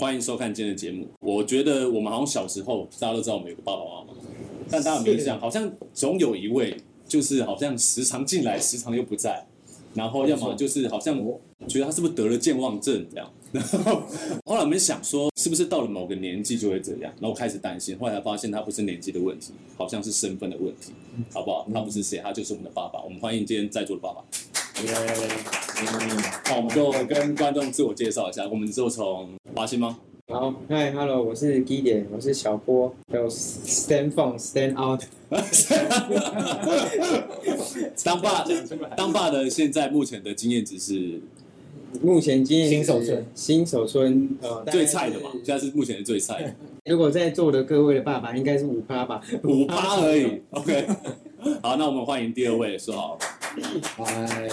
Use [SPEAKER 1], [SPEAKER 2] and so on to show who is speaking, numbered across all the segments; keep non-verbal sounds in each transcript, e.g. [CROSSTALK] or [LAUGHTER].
[SPEAKER 1] 欢迎收看今天的节目。我觉得我们好像小时候大家都知道我们有个爸爸妈妈，但大家有没有印象？好像总有一位就是好像时常进来，时常又不在，然后要么就是好像觉得他是不是得了健忘症这样。 [LAUGHS] 然后后来我们想说，是不是到了某个年纪就会这样？然后开始担心，后来发现他不是年纪的问题，好像是身份的问题，好不好？他不是谁，他就是我们的爸爸。我们欢迎今天在座的爸爸。那我们就跟观众自我介绍一下，我们就从华兴吗？
[SPEAKER 2] 好，嗨，Hello，我是 g i d e 我是小郭，还有 Stand Phone Stand Out，
[SPEAKER 1] [LAUGHS] 当爸
[SPEAKER 3] 讲出来
[SPEAKER 1] 当爸的现在目前的经验值是
[SPEAKER 2] 目前经验是
[SPEAKER 3] 新手村，
[SPEAKER 2] 新手村呃
[SPEAKER 1] 最菜的嘛，
[SPEAKER 2] 大概
[SPEAKER 1] 现在是目前的最菜的，
[SPEAKER 2] 是如果在座的各位的爸爸应该是五趴吧，
[SPEAKER 1] 五
[SPEAKER 4] [LAUGHS]
[SPEAKER 1] 八而已。OK，好，那我们欢迎第二位说好，
[SPEAKER 3] 嗨，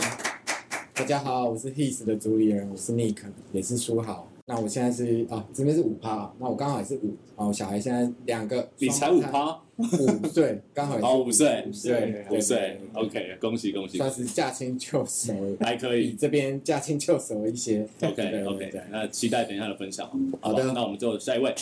[SPEAKER 3] 大家好，我是 His 的主理人，我是 Nick，也是书豪。那我现在是啊，这边是五趴，那我刚好也是五啊，我小孩现在两个，
[SPEAKER 1] 你才五，趴，
[SPEAKER 3] 五岁，刚好也
[SPEAKER 1] 哦，
[SPEAKER 3] 是
[SPEAKER 1] 五岁，
[SPEAKER 3] 对
[SPEAKER 1] 五岁，OK，恭喜恭喜，
[SPEAKER 3] 算是驾轻就熟，
[SPEAKER 1] 还可
[SPEAKER 3] 比
[SPEAKER 1] 以。
[SPEAKER 3] 这边驾轻就熟一些。
[SPEAKER 1] OK
[SPEAKER 3] 对
[SPEAKER 1] OK，
[SPEAKER 3] 对
[SPEAKER 1] 那期待等一下的分享。哦好
[SPEAKER 3] 好
[SPEAKER 1] 吧
[SPEAKER 3] 的
[SPEAKER 1] 那我们就下一位。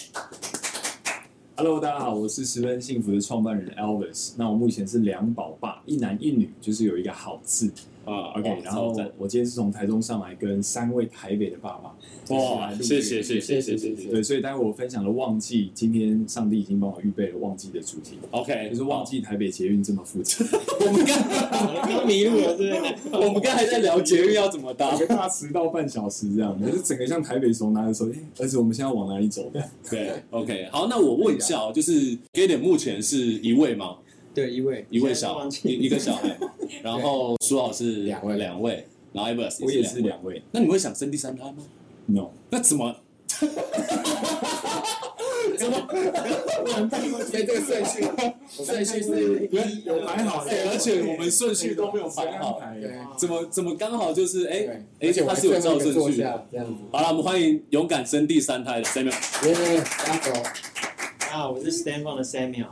[SPEAKER 5] Hello，大家好，我是十分幸福的创办人 Elvis。那我目前是两宝爸，一男一女，就是有一个好字。
[SPEAKER 1] 啊
[SPEAKER 5] OK，然后我今天是从台中上来，跟三位台北的爸爸。
[SPEAKER 1] 哇，谢谢谢谢谢谢
[SPEAKER 3] 谢
[SPEAKER 1] 谢
[SPEAKER 3] 谢
[SPEAKER 1] 谢
[SPEAKER 5] 对，所以待会我分享了忘记，今天上帝已经帮我预备了忘记的主题，
[SPEAKER 1] ，OK，
[SPEAKER 5] 就是忘记台北捷运这么复杂。
[SPEAKER 1] 好。我们刚
[SPEAKER 2] 刚迷路了是不是？
[SPEAKER 1] 我们刚才在聊捷运要怎么
[SPEAKER 5] [LAUGHS]
[SPEAKER 1] 搭
[SPEAKER 5] 我，跟大迟到半小时这样，我就整个像台北手拿着手机，而哎且我们现在往哪
[SPEAKER 1] [LAUGHS]
[SPEAKER 5] 里走？
[SPEAKER 1] 对，OK，好，那我问一下哦，就是 Gaden 目前是一位吗？
[SPEAKER 2] 对，一位
[SPEAKER 1] 一位小一一个小孩嘛，然后苏老师
[SPEAKER 3] 两位
[SPEAKER 1] 两位，然后 Evers
[SPEAKER 5] 我也
[SPEAKER 1] 是
[SPEAKER 5] 是
[SPEAKER 1] 位。
[SPEAKER 5] 两位
[SPEAKER 1] 那你会想生第三胎吗？
[SPEAKER 5] ，No，
[SPEAKER 1] 那怎么？
[SPEAKER 3] 啊
[SPEAKER 1] 怎么？
[SPEAKER 3] 所以这个顺序，顺序是
[SPEAKER 5] 有排好
[SPEAKER 1] 哎，而且我们顺序都没有排好，
[SPEAKER 3] 对，
[SPEAKER 1] 怎么怎么刚好就是
[SPEAKER 3] 对
[SPEAKER 1] 哎
[SPEAKER 3] 而
[SPEAKER 1] 哎
[SPEAKER 3] 且，我
[SPEAKER 1] 他
[SPEAKER 3] 还
[SPEAKER 1] 是有
[SPEAKER 3] 最
[SPEAKER 1] 照
[SPEAKER 3] 后一个
[SPEAKER 1] 顺
[SPEAKER 3] 坐
[SPEAKER 1] 序的。
[SPEAKER 3] 下这样子，
[SPEAKER 1] 好了，我们欢迎勇敢生第三胎的 Samuel。
[SPEAKER 3] 耶，加油！
[SPEAKER 4] 啊，我是 Stand Phone 的 Samuel，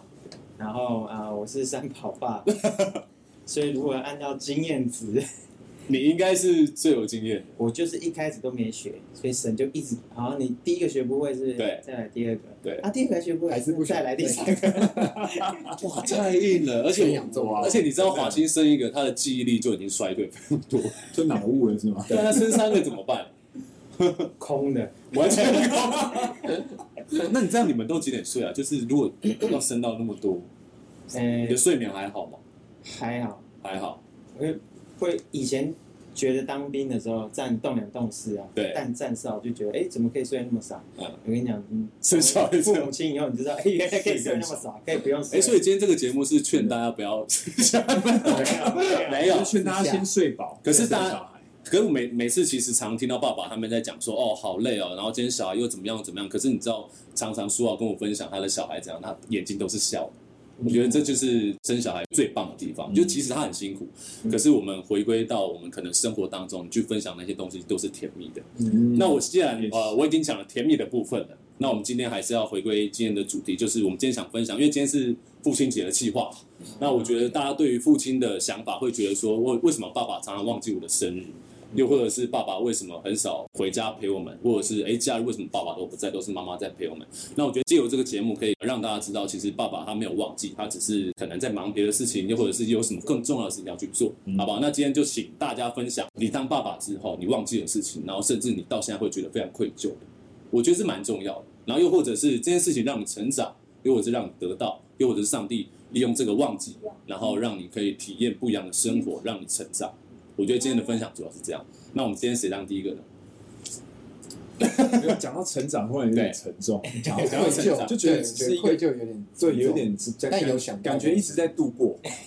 [SPEAKER 4] 然后啊、我是三跑爸，
[SPEAKER 1] [LAUGHS]
[SPEAKER 4] 所以如果按照经验值，
[SPEAKER 1] 你应该是最有经验的，
[SPEAKER 4] 我就是一开始都没学，所以神就一直，好像你第一个学不会是，
[SPEAKER 1] 对
[SPEAKER 4] 再来第二个，
[SPEAKER 1] 对
[SPEAKER 4] 啊，第二个还学不会
[SPEAKER 3] 还是不学
[SPEAKER 4] 再来第三个，
[SPEAKER 5] [LAUGHS]
[SPEAKER 3] 啊
[SPEAKER 1] 哇，太硬了，而且
[SPEAKER 3] 圈养做啊
[SPEAKER 1] 而且你知道华兴生一个，他的记忆力就已经衰退非常多，
[SPEAKER 5] 就脑雾了是吗？
[SPEAKER 1] [LAUGHS] 对他生三个怎么办？
[SPEAKER 4] 空的，
[SPEAKER 1] 完全够。 [LAUGHS] 那你这样你们都几点睡啊？就是如果要生到那么多，你
[SPEAKER 4] 嗯、
[SPEAKER 1] 的睡眠还好吗？
[SPEAKER 4] 还好，
[SPEAKER 1] 还好，
[SPEAKER 4] 因为会以前觉得当兵的时候站栋两栋四啊，
[SPEAKER 1] 对
[SPEAKER 4] 但站哨就觉得，哎，怎么可以睡那么少？
[SPEAKER 1] 嗯
[SPEAKER 4] 我跟你讲，嗯
[SPEAKER 1] 生小孩之
[SPEAKER 4] 父
[SPEAKER 1] 后
[SPEAKER 4] 母。亲以后你就知道，哎，原来可以睡那么少，可以不用睡。
[SPEAKER 1] 哎，所以今天这个节目是劝大家不要 [LAUGHS]
[SPEAKER 4] [LAUGHS] 啊
[SPEAKER 1] 没有
[SPEAKER 5] 就，劝大家先睡饱，
[SPEAKER 1] 可是
[SPEAKER 5] 再生
[SPEAKER 1] 大家
[SPEAKER 5] 小孩
[SPEAKER 1] 可是我每每次其实常听到爸爸他们在讲说，哦，好累哦，然后今天小孩又怎么样怎么样。可是你知道，常常苏豪跟我分享他的小孩怎样，他眼睛都是笑的。我觉得这就是生小孩最棒的地方，就其实他很辛苦，可是我们回归到我们可能生活当中去分享那些东西都是甜蜜的。
[SPEAKER 5] 嗯
[SPEAKER 1] 那我既然
[SPEAKER 5] 也是
[SPEAKER 1] 呃我已经讲了甜蜜的部分了，那我们今天还是要回归今天的主题，就是我们今天想分享，因为今天是父亲节的计划，那我觉得大家对于父亲的想法会觉得说，为为什么爸爸常常忘记我的生日？又或者是爸爸为什么很少回家陪我们，或者是哎假日为什么爸爸都不在，都是妈妈在陪我们？那我觉得借由这个节目可以让大家知道，其实爸爸他没有忘记，他只是可能在忙别的事情，又或者是有什么更重要的事情要去做，好不好？那今天就请大家分享你当爸爸之后你忘记的事情，然后甚至你到现在会觉得非常愧疚的，我觉得是蛮重要的。然后又或者是这件事情让你成长，又或者是让你得到，又或者是上帝利用这个忘记，然后让你可以体验不一样的生活，让你成长。我觉得今天的分享主要是这样。那我们今天谁当第一个呢？
[SPEAKER 5] 没有讲到成长，忽然有点沉
[SPEAKER 1] [LAUGHS]
[SPEAKER 5] 重，讲
[SPEAKER 3] 愧
[SPEAKER 5] 讲到成
[SPEAKER 3] 疚，
[SPEAKER 5] 长就觉得只是
[SPEAKER 3] 对
[SPEAKER 5] 一
[SPEAKER 3] 愧
[SPEAKER 5] 个，
[SPEAKER 3] 疚有点，
[SPEAKER 5] 对，有点是在
[SPEAKER 3] 但有想到
[SPEAKER 5] 感觉一直在度过，
[SPEAKER 1] 哎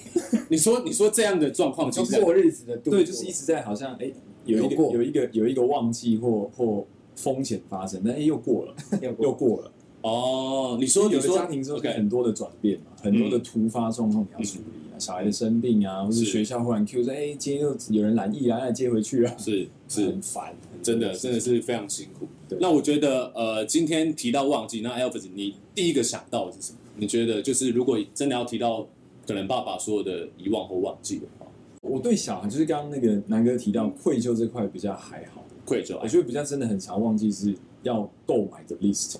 [SPEAKER 1] 你说，你说这样的状况，其
[SPEAKER 3] 就
[SPEAKER 1] 实
[SPEAKER 3] 过日子的度，
[SPEAKER 5] 对，就是一直在好像哎，有一个
[SPEAKER 3] 有过
[SPEAKER 5] 有一个有一个忘记或或风险发生，但哎又过了，
[SPEAKER 4] 又过
[SPEAKER 5] 又过了。
[SPEAKER 1] 哦，你说，你
[SPEAKER 5] 有的
[SPEAKER 1] 说
[SPEAKER 5] 家庭之后
[SPEAKER 1] OK 嗯
[SPEAKER 5] 很多的转变嘛，很多的突发状况你要处理啊，小孩的生病啊，或是
[SPEAKER 1] 是
[SPEAKER 5] 学校忽然 Q 说哎，今天又有人染疫啊，那接回去啊，
[SPEAKER 1] 是是
[SPEAKER 5] 很烦，
[SPEAKER 1] 真的，真的是非常辛苦
[SPEAKER 5] 对。
[SPEAKER 1] 那我觉得，呃，今天提到忘记，那 Elvis，你第一个想到的是什么？你觉得就是如果真的要提到可能爸爸所有的遗忘或忘记的话，
[SPEAKER 5] 我对小孩就是刚刚那个南哥提到愧疚这块比较还好，
[SPEAKER 1] 愧疚
[SPEAKER 5] 我，觉得比较真的很常忘记是要购买的 list，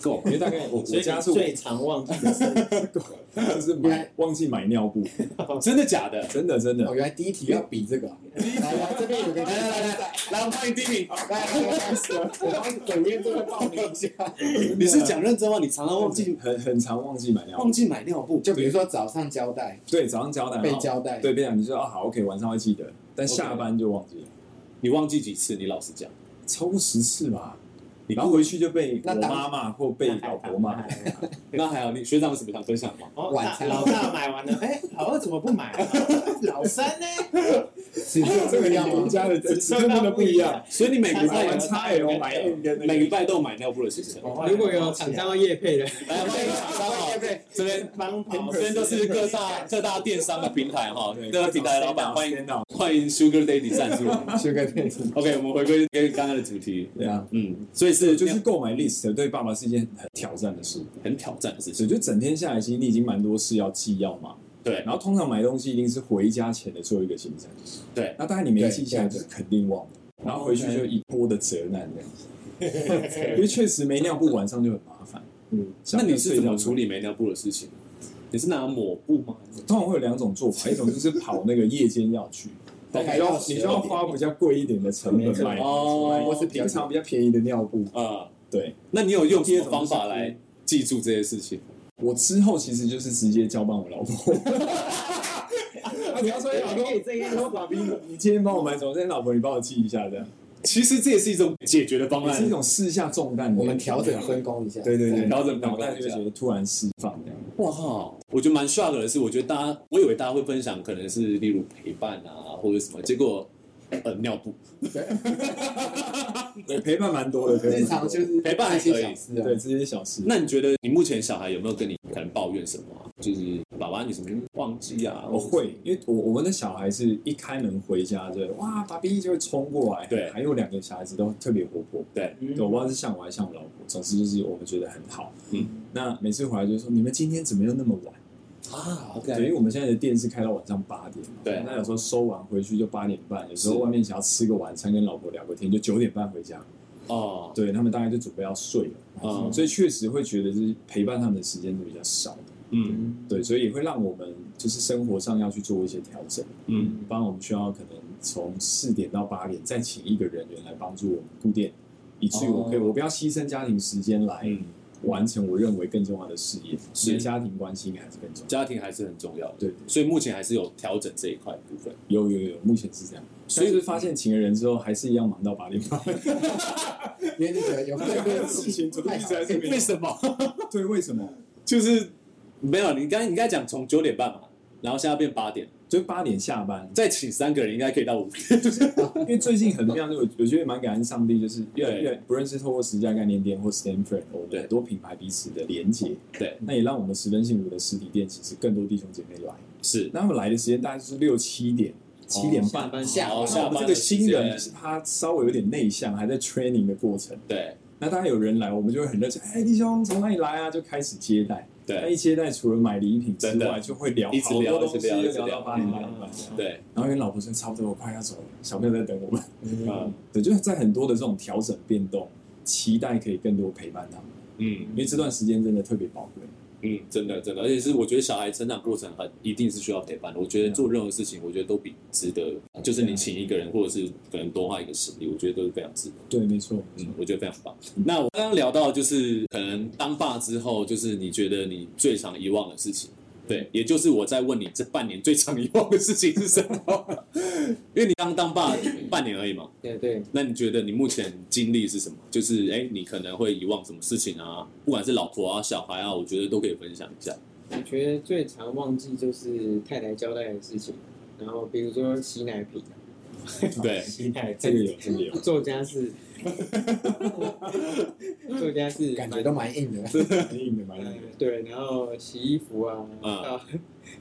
[SPEAKER 1] 够
[SPEAKER 5] 因为大概我
[SPEAKER 4] 所
[SPEAKER 5] 我
[SPEAKER 4] 以
[SPEAKER 5] 家
[SPEAKER 4] 你
[SPEAKER 5] 是我
[SPEAKER 4] 最常忘记的是
[SPEAKER 5] [LAUGHS] 就是买忘记买尿布，
[SPEAKER 1] 真的假的？
[SPEAKER 5] 真的真
[SPEAKER 3] 哦，
[SPEAKER 5] 的，
[SPEAKER 3] 原来第一题要比这个啊，来来这边有个，来来来来来
[SPEAKER 1] 来，我们欢迎 Dimi，
[SPEAKER 3] 我帮整面这个报名一下。
[SPEAKER 1] 你是讲认真吗？你常常忘记
[SPEAKER 5] 很很常忘记买尿
[SPEAKER 1] 忘
[SPEAKER 5] 布，
[SPEAKER 1] 记买尿布，
[SPEAKER 3] 就比如说早上交代、
[SPEAKER 5] 对，早上交代
[SPEAKER 3] 被
[SPEAKER 5] 然后
[SPEAKER 3] 交代，
[SPEAKER 5] 对，被讲你说啊好 OK，晚上会记得，但
[SPEAKER 1] OK
[SPEAKER 5] 下班就忘记了，
[SPEAKER 1] 你忘记几次？你老实讲，
[SPEAKER 5] 超过十次吧，
[SPEAKER 1] 你
[SPEAKER 5] 然后回去就被
[SPEAKER 3] 那
[SPEAKER 5] 我
[SPEAKER 3] 当
[SPEAKER 5] 妈骂或被老婆骂，
[SPEAKER 1] 那还好，你学长有什么想分享吗？
[SPEAKER 4] 哎哦，
[SPEAKER 3] 晚
[SPEAKER 4] 大
[SPEAKER 3] 餐
[SPEAKER 4] 老大买完了，哎，老二怎么不买啊？ [LAUGHS] 老三呢？
[SPEAKER 3] 是这个样吗？
[SPEAKER 5] 家的
[SPEAKER 4] 这
[SPEAKER 5] 真的不一样，。
[SPEAKER 1] 所以你每个礼
[SPEAKER 5] 买
[SPEAKER 1] 拜
[SPEAKER 5] 完
[SPEAKER 4] 完
[SPEAKER 5] XL 买 M 跟
[SPEAKER 1] 每个礼拜都有买尿布的行程。
[SPEAKER 2] 如果有厂商要夜配的，
[SPEAKER 1] 来，欢迎厂商哈，这边
[SPEAKER 4] [LAUGHS] 帮
[SPEAKER 5] 哦
[SPEAKER 4] 跑，
[SPEAKER 1] 这边哦都是各大各大电商的平台哈，各大平台的老板欢迎
[SPEAKER 5] 到，
[SPEAKER 1] 欢迎 Sugar Daddy 赞
[SPEAKER 5] [LAUGHS]
[SPEAKER 1] 助。
[SPEAKER 3] 去个电视，
[SPEAKER 1] OK，我们回归跟刚刚的主题，
[SPEAKER 5] 对啊，
[SPEAKER 1] 嗯，所以是
[SPEAKER 5] 就
[SPEAKER 1] 就是是
[SPEAKER 5] 购买 list 对爸爸是一件很挑战的事，
[SPEAKER 1] 很挑战的事情，
[SPEAKER 5] 所以就整天下来，其实你已经蛮多事要记要忙。
[SPEAKER 1] 对
[SPEAKER 5] 然后通常买东西一定是回家前的最后一个行程，
[SPEAKER 1] 对，
[SPEAKER 5] 那当然你没
[SPEAKER 3] 对
[SPEAKER 5] 记下来
[SPEAKER 3] 对
[SPEAKER 5] 就是肯定忘了，然后回去就一波的责难这样子，因为确实没尿布晚上就很麻烦。
[SPEAKER 1] 嗯，
[SPEAKER 5] 想
[SPEAKER 1] 那
[SPEAKER 5] 要
[SPEAKER 1] 你是怎么处
[SPEAKER 5] 睡
[SPEAKER 1] 理没尿布的事情？你是拿抹布吗？
[SPEAKER 5] 觉？通常会有两种做法，一种就是跑那个夜间药局，
[SPEAKER 1] 大
[SPEAKER 5] 你
[SPEAKER 1] 概
[SPEAKER 5] 就
[SPEAKER 3] 要
[SPEAKER 5] 要你就要花比较贵一点的成本买，
[SPEAKER 1] 哦
[SPEAKER 5] 哎或是平常比较便宜的尿布。
[SPEAKER 1] 呃，
[SPEAKER 5] 对，
[SPEAKER 1] 那你有用
[SPEAKER 5] 第
[SPEAKER 1] 什
[SPEAKER 5] 二
[SPEAKER 1] 么方
[SPEAKER 5] 种
[SPEAKER 1] 法
[SPEAKER 5] 就是
[SPEAKER 1] 来记住这些事情？
[SPEAKER 5] 我之后其实就是直接交办我老婆。啊你要说哎老公，
[SPEAKER 2] 可以这样
[SPEAKER 5] 老爸比你你今天帮我买什么？今天老婆你帮我记一下，这样
[SPEAKER 1] 其实这也是一种解决的方
[SPEAKER 5] 也
[SPEAKER 1] 案，
[SPEAKER 5] 是一种试下重担的。
[SPEAKER 3] 我们调整分工一下。
[SPEAKER 5] 对对对，
[SPEAKER 1] 调整
[SPEAKER 5] 脑袋
[SPEAKER 1] 分工
[SPEAKER 5] 就
[SPEAKER 1] 一
[SPEAKER 5] 会
[SPEAKER 1] 下
[SPEAKER 5] 觉得突然释放这样。
[SPEAKER 1] 哇靠！我觉得蛮 shock 的是，我觉得大家，我以为大家会分享可能是例如陪伴啊或者什么，结果呃尿布
[SPEAKER 5] 对，陪伴蛮多的，陪伴
[SPEAKER 3] 日
[SPEAKER 5] 蛮
[SPEAKER 3] 常
[SPEAKER 5] 多的
[SPEAKER 3] 就是
[SPEAKER 1] 陪伴
[SPEAKER 3] 一些
[SPEAKER 1] 而已
[SPEAKER 3] 小事啊。
[SPEAKER 5] 对这些小事。
[SPEAKER 1] 那你觉得你目前小孩有没有跟你可能抱怨什么啊、就是爸爸你什么忘记啊？
[SPEAKER 5] 我会，因为我我们的小孩是一开门回家就哇，爸比就会冲过来。
[SPEAKER 1] 对
[SPEAKER 5] 还有两个小孩子都特别活泼。
[SPEAKER 1] 对
[SPEAKER 4] 嗯
[SPEAKER 5] 对，我不知道是像我还是像我老婆，总之就是我们觉得很好。
[SPEAKER 1] 嗯，
[SPEAKER 5] 那每次回来就说你们今天怎么又那么晚？
[SPEAKER 1] 啊
[SPEAKER 5] 对，
[SPEAKER 1] ，OK，
[SPEAKER 5] 因为我们现在的店是开到晚上八点嘛。
[SPEAKER 1] 对
[SPEAKER 5] 那有时候收完回去就八点半，有时候
[SPEAKER 1] 是
[SPEAKER 5] 外面想要吃个晚餐，跟老婆聊个天，就九点半回家。
[SPEAKER 1] 哦，
[SPEAKER 5] 对他们大概就准备要睡了，哦
[SPEAKER 1] 嗯
[SPEAKER 5] 所以确实会觉得就是陪伴他们的时间是比较少的。
[SPEAKER 1] 嗯
[SPEAKER 5] 对，所以也会让我们就是生活上要去做一些调整。
[SPEAKER 1] 嗯，
[SPEAKER 5] 不然我们需要可能从四点到八点再请一个人员来帮助我们顾店，以至于我可以、
[SPEAKER 1] 哦
[SPEAKER 5] 我不要牺牲家庭时间来
[SPEAKER 1] 嗯
[SPEAKER 5] 完成我认为更重要的事业，所以
[SPEAKER 1] 是
[SPEAKER 5] 家庭关系应该还是更重要。
[SPEAKER 1] 家庭还是很重要的，
[SPEAKER 5] 对，
[SPEAKER 1] 所以目前还是有调整这一块部分。
[SPEAKER 5] 有有有，目前是这样。所以发现请了人之后，还是一样忙到八点
[SPEAKER 1] [LAUGHS]
[SPEAKER 5] 半。
[SPEAKER 3] 因为就觉得有更多的事情做，太好了
[SPEAKER 1] 为什么？ [LAUGHS]
[SPEAKER 5] 对，为什么？
[SPEAKER 1] 就是没有，你刚你刚才讲从九点半嘛，然后现在变八点，
[SPEAKER 5] 就八点下班，
[SPEAKER 1] 再请三个人应该可以到五点。 [LAUGHS]
[SPEAKER 5] 因为最近很妙，就我我觉得蛮感恩上帝，就是越来
[SPEAKER 1] 对
[SPEAKER 5] 越不论是透过十家概念店或 Stanford，我们
[SPEAKER 1] 对
[SPEAKER 5] 很多品牌彼此的连接，
[SPEAKER 1] 对，
[SPEAKER 5] 那也让我们十分幸福的实体店其实更多弟兄姐妹来。
[SPEAKER 1] 是
[SPEAKER 5] 那他们来的时间大概是六七点、七点半。
[SPEAKER 2] 班
[SPEAKER 3] 下
[SPEAKER 1] 好
[SPEAKER 5] 那
[SPEAKER 1] 哦下
[SPEAKER 5] 我们
[SPEAKER 1] 班
[SPEAKER 5] 这
[SPEAKER 1] 的
[SPEAKER 5] 个
[SPEAKER 1] 时
[SPEAKER 5] 新
[SPEAKER 1] 间
[SPEAKER 5] 人就是他稍微有点内向，还在 training 的过程。
[SPEAKER 1] 对
[SPEAKER 5] 那当然有人来，我们就会很热情，哎，弟兄从哪里来啊？就开始接待。那
[SPEAKER 1] 对
[SPEAKER 5] 一接待除了买礼品之
[SPEAKER 1] 真的
[SPEAKER 5] 外，就会聊
[SPEAKER 1] 一直
[SPEAKER 5] 好
[SPEAKER 1] 聊
[SPEAKER 5] 多
[SPEAKER 1] 一直
[SPEAKER 5] 东西，
[SPEAKER 1] 聊一
[SPEAKER 5] 就
[SPEAKER 1] 直
[SPEAKER 5] 聊
[SPEAKER 1] 聊
[SPEAKER 5] 到八点半。
[SPEAKER 2] 嗯
[SPEAKER 1] 对，
[SPEAKER 5] 然后跟老婆说差不多，我快要走了，小朋友在等我们。
[SPEAKER 1] 嗯
[SPEAKER 5] 对，就是在很多的这种调整变动，期待可以更多陪伴他们，
[SPEAKER 1] 嗯
[SPEAKER 5] 因为这段时间真的特别宝贵。
[SPEAKER 1] 嗯，真的真的，而且是我觉得小孩成长过程很一定是需要陪伴的。我觉得做任何事情，我觉得都比值得，就是你请一个人，或者是可能多花一个心力，我觉得都是非常值得。
[SPEAKER 5] 对，没错，没错
[SPEAKER 1] 嗯，我觉得非常棒。那我刚刚聊到就是可能当爸之后，就是你觉得你最常遗忘的事情。对，也就是我在问你这半年最常遗忘的事情是什么？因为你刚当爸半年而已嘛，
[SPEAKER 2] 对对，
[SPEAKER 1] 那你觉得你目前经历是什么？就是哎、诶你可能会遗忘什么事情啊？不管是老婆啊、小孩啊，我觉得都可以分享一下。
[SPEAKER 2] 我觉得最常忘记就是太太交代的事情，然后比如说洗奶瓶、
[SPEAKER 1] [LAUGHS] 对，
[SPEAKER 4] 期待
[SPEAKER 5] 这个有，
[SPEAKER 2] [LAUGHS]
[SPEAKER 5] 这个有。
[SPEAKER 2] 做家事、做家事，
[SPEAKER 3] 感觉都蛮硬的。
[SPEAKER 5] 你明白
[SPEAKER 2] 呃对，然后洗衣服啊，
[SPEAKER 1] 嗯
[SPEAKER 2] 啊，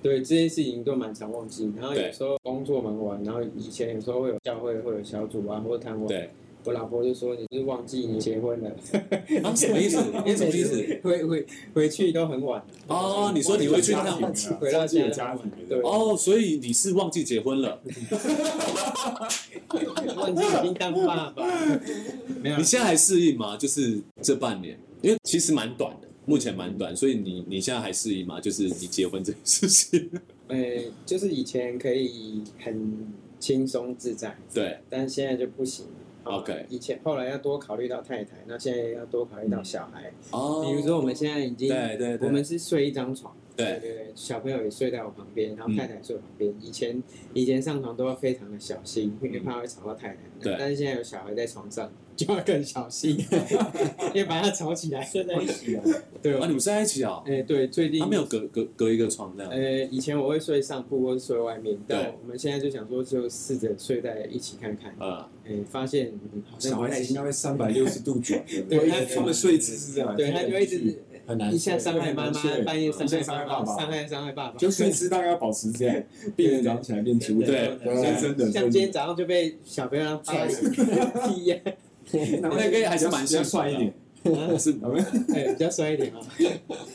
[SPEAKER 2] 对，这些事情都蛮常忘记。然后
[SPEAKER 1] 对
[SPEAKER 2] 有时候工作忙完，然后以前有时候会有教会会有小组啊，或者谈完，
[SPEAKER 1] 对，
[SPEAKER 2] 我老婆就说你是忘记你结婚了，
[SPEAKER 1] [LAUGHS] 啊，什么意思？
[SPEAKER 2] [LAUGHS] 因为
[SPEAKER 1] 什 [LAUGHS]
[SPEAKER 2] 每
[SPEAKER 1] 么意
[SPEAKER 2] 次
[SPEAKER 1] 思？
[SPEAKER 2] 回回回去都很晚， [LAUGHS]
[SPEAKER 1] 哦，你说你会去那
[SPEAKER 5] 家庭
[SPEAKER 1] 趟？
[SPEAKER 5] 啊
[SPEAKER 2] 回到
[SPEAKER 5] 自己的
[SPEAKER 2] 家
[SPEAKER 5] 家庭，
[SPEAKER 2] 对
[SPEAKER 1] 哦，所以你是忘记 [LAUGHS] 结婚了？
[SPEAKER 2] 忘记已经当爸爸，没有
[SPEAKER 1] 你现在还适应吗？就是这半年，因为其实蛮短的，目前蛮短，所以你你现在还适应吗？就是你结婚这件事情， [LAUGHS]
[SPEAKER 2] 呃，就是以前可以很轻松自在，
[SPEAKER 1] 对，
[SPEAKER 2] 但现在就不行。
[SPEAKER 1] OK
[SPEAKER 2] 以前后来要多考虑到太太，那现在要多考虑到小孩。
[SPEAKER 1] 哦，
[SPEAKER 2] 比如说我们现在已经，
[SPEAKER 1] 对对对，
[SPEAKER 2] 我们是睡一张床，对
[SPEAKER 1] 对
[SPEAKER 2] 对对，小朋友也睡在我旁边，然后
[SPEAKER 1] 嗯
[SPEAKER 2] 太太睡我旁边。以前以前上床都要非常的小心，因为怕会吵到太太。
[SPEAKER 1] 对
[SPEAKER 2] 但是现在有小孩在床上，就要更小心，因为把他吵起来。
[SPEAKER 4] 睡在一起啊，
[SPEAKER 2] 对，
[SPEAKER 1] 啊，
[SPEAKER 2] 哎、
[SPEAKER 1] 你们是在一起啊？
[SPEAKER 2] 对，最近
[SPEAKER 1] 他没有隔隔隔一个床这样，
[SPEAKER 2] 呃，以前我会睡上铺或是睡外面，但
[SPEAKER 1] 对
[SPEAKER 2] 我们现在就想说，就试着睡在一起看看。
[SPEAKER 1] 呃，
[SPEAKER 2] 哎，发现嗯好像
[SPEAKER 5] 小
[SPEAKER 2] 不
[SPEAKER 5] 孩
[SPEAKER 2] 太
[SPEAKER 5] 子应
[SPEAKER 2] 行
[SPEAKER 5] 该会三百六十度转，
[SPEAKER 2] 对
[SPEAKER 5] 对
[SPEAKER 2] 他
[SPEAKER 5] 吧，他们睡姿是这样，
[SPEAKER 2] 对，他就会一直
[SPEAKER 3] 很难
[SPEAKER 2] 一下伤害妈妈，半夜伤
[SPEAKER 5] 一下
[SPEAKER 2] 害
[SPEAKER 5] 伤害
[SPEAKER 2] 爸
[SPEAKER 5] 爸爸
[SPEAKER 2] 伤害伤害爸爸，
[SPEAKER 5] 就睡姿大概要保持这样，病人长起来变猪。
[SPEAKER 1] 对啊
[SPEAKER 3] 对
[SPEAKER 5] 是真的，
[SPEAKER 2] 像今天早上就被小朋友踹
[SPEAKER 1] [LAUGHS]
[SPEAKER 2] 踢呀，
[SPEAKER 1] 那个还是蛮像
[SPEAKER 5] 像帅一点，
[SPEAKER 1] 是
[SPEAKER 2] 哎，比较衰一点啊。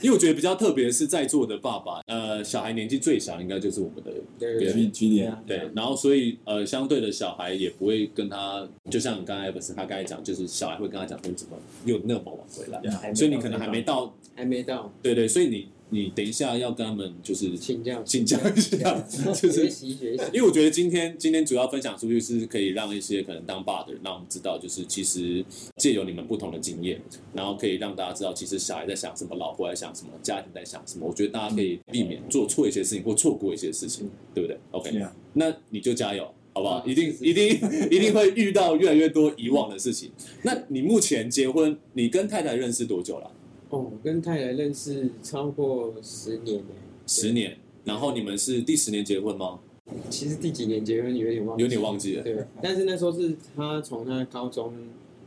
[SPEAKER 1] 因为我觉得比较特别是在座的爸爸，呃，小孩年纪最小应该就是我们的
[SPEAKER 2] 对
[SPEAKER 1] 对
[SPEAKER 2] 啊对
[SPEAKER 5] 举举点，
[SPEAKER 1] 对，然后所以呃，相对的小孩也不会跟他，就像你刚才不是他刚才讲，就是小孩会跟他讲说怎么又那么晚回来，
[SPEAKER 2] 啊
[SPEAKER 5] 呀
[SPEAKER 1] 所以你可能还没到，
[SPEAKER 2] 还没到
[SPEAKER 1] 对对，所以你你等一下要跟他们就是
[SPEAKER 2] 请教，
[SPEAKER 1] 请教一下， [LAUGHS] 就 [LAUGHS]
[SPEAKER 2] 学
[SPEAKER 1] 是。
[SPEAKER 2] 习学习。
[SPEAKER 1] 因为我觉得今天今天主要分享出去是可以让一些可能当爸的人，让我们知道，就是其实借由你们不同的经验，然后可以让大家知道，其实小孩在想什么，老婆在想什么，家庭在想什么。我觉得大家可以避免做错一些事情或错过一些事情，对不对？OK，
[SPEAKER 5] 呀
[SPEAKER 1] 那你就加油，好不好
[SPEAKER 2] 啊？
[SPEAKER 1] 一定
[SPEAKER 2] 是是
[SPEAKER 1] 一定 [LAUGHS] 一定会遇到越来越多遗忘的事情。那你目前结婚，你跟太太认识多久了？
[SPEAKER 2] 哦，我跟太太认识超过十年了，
[SPEAKER 1] 十年。然后你们是第十年结婚吗？
[SPEAKER 2] 其实第几年结婚有点忘，
[SPEAKER 1] 有点忘记了。
[SPEAKER 2] 对，但是那时候是她从她高中，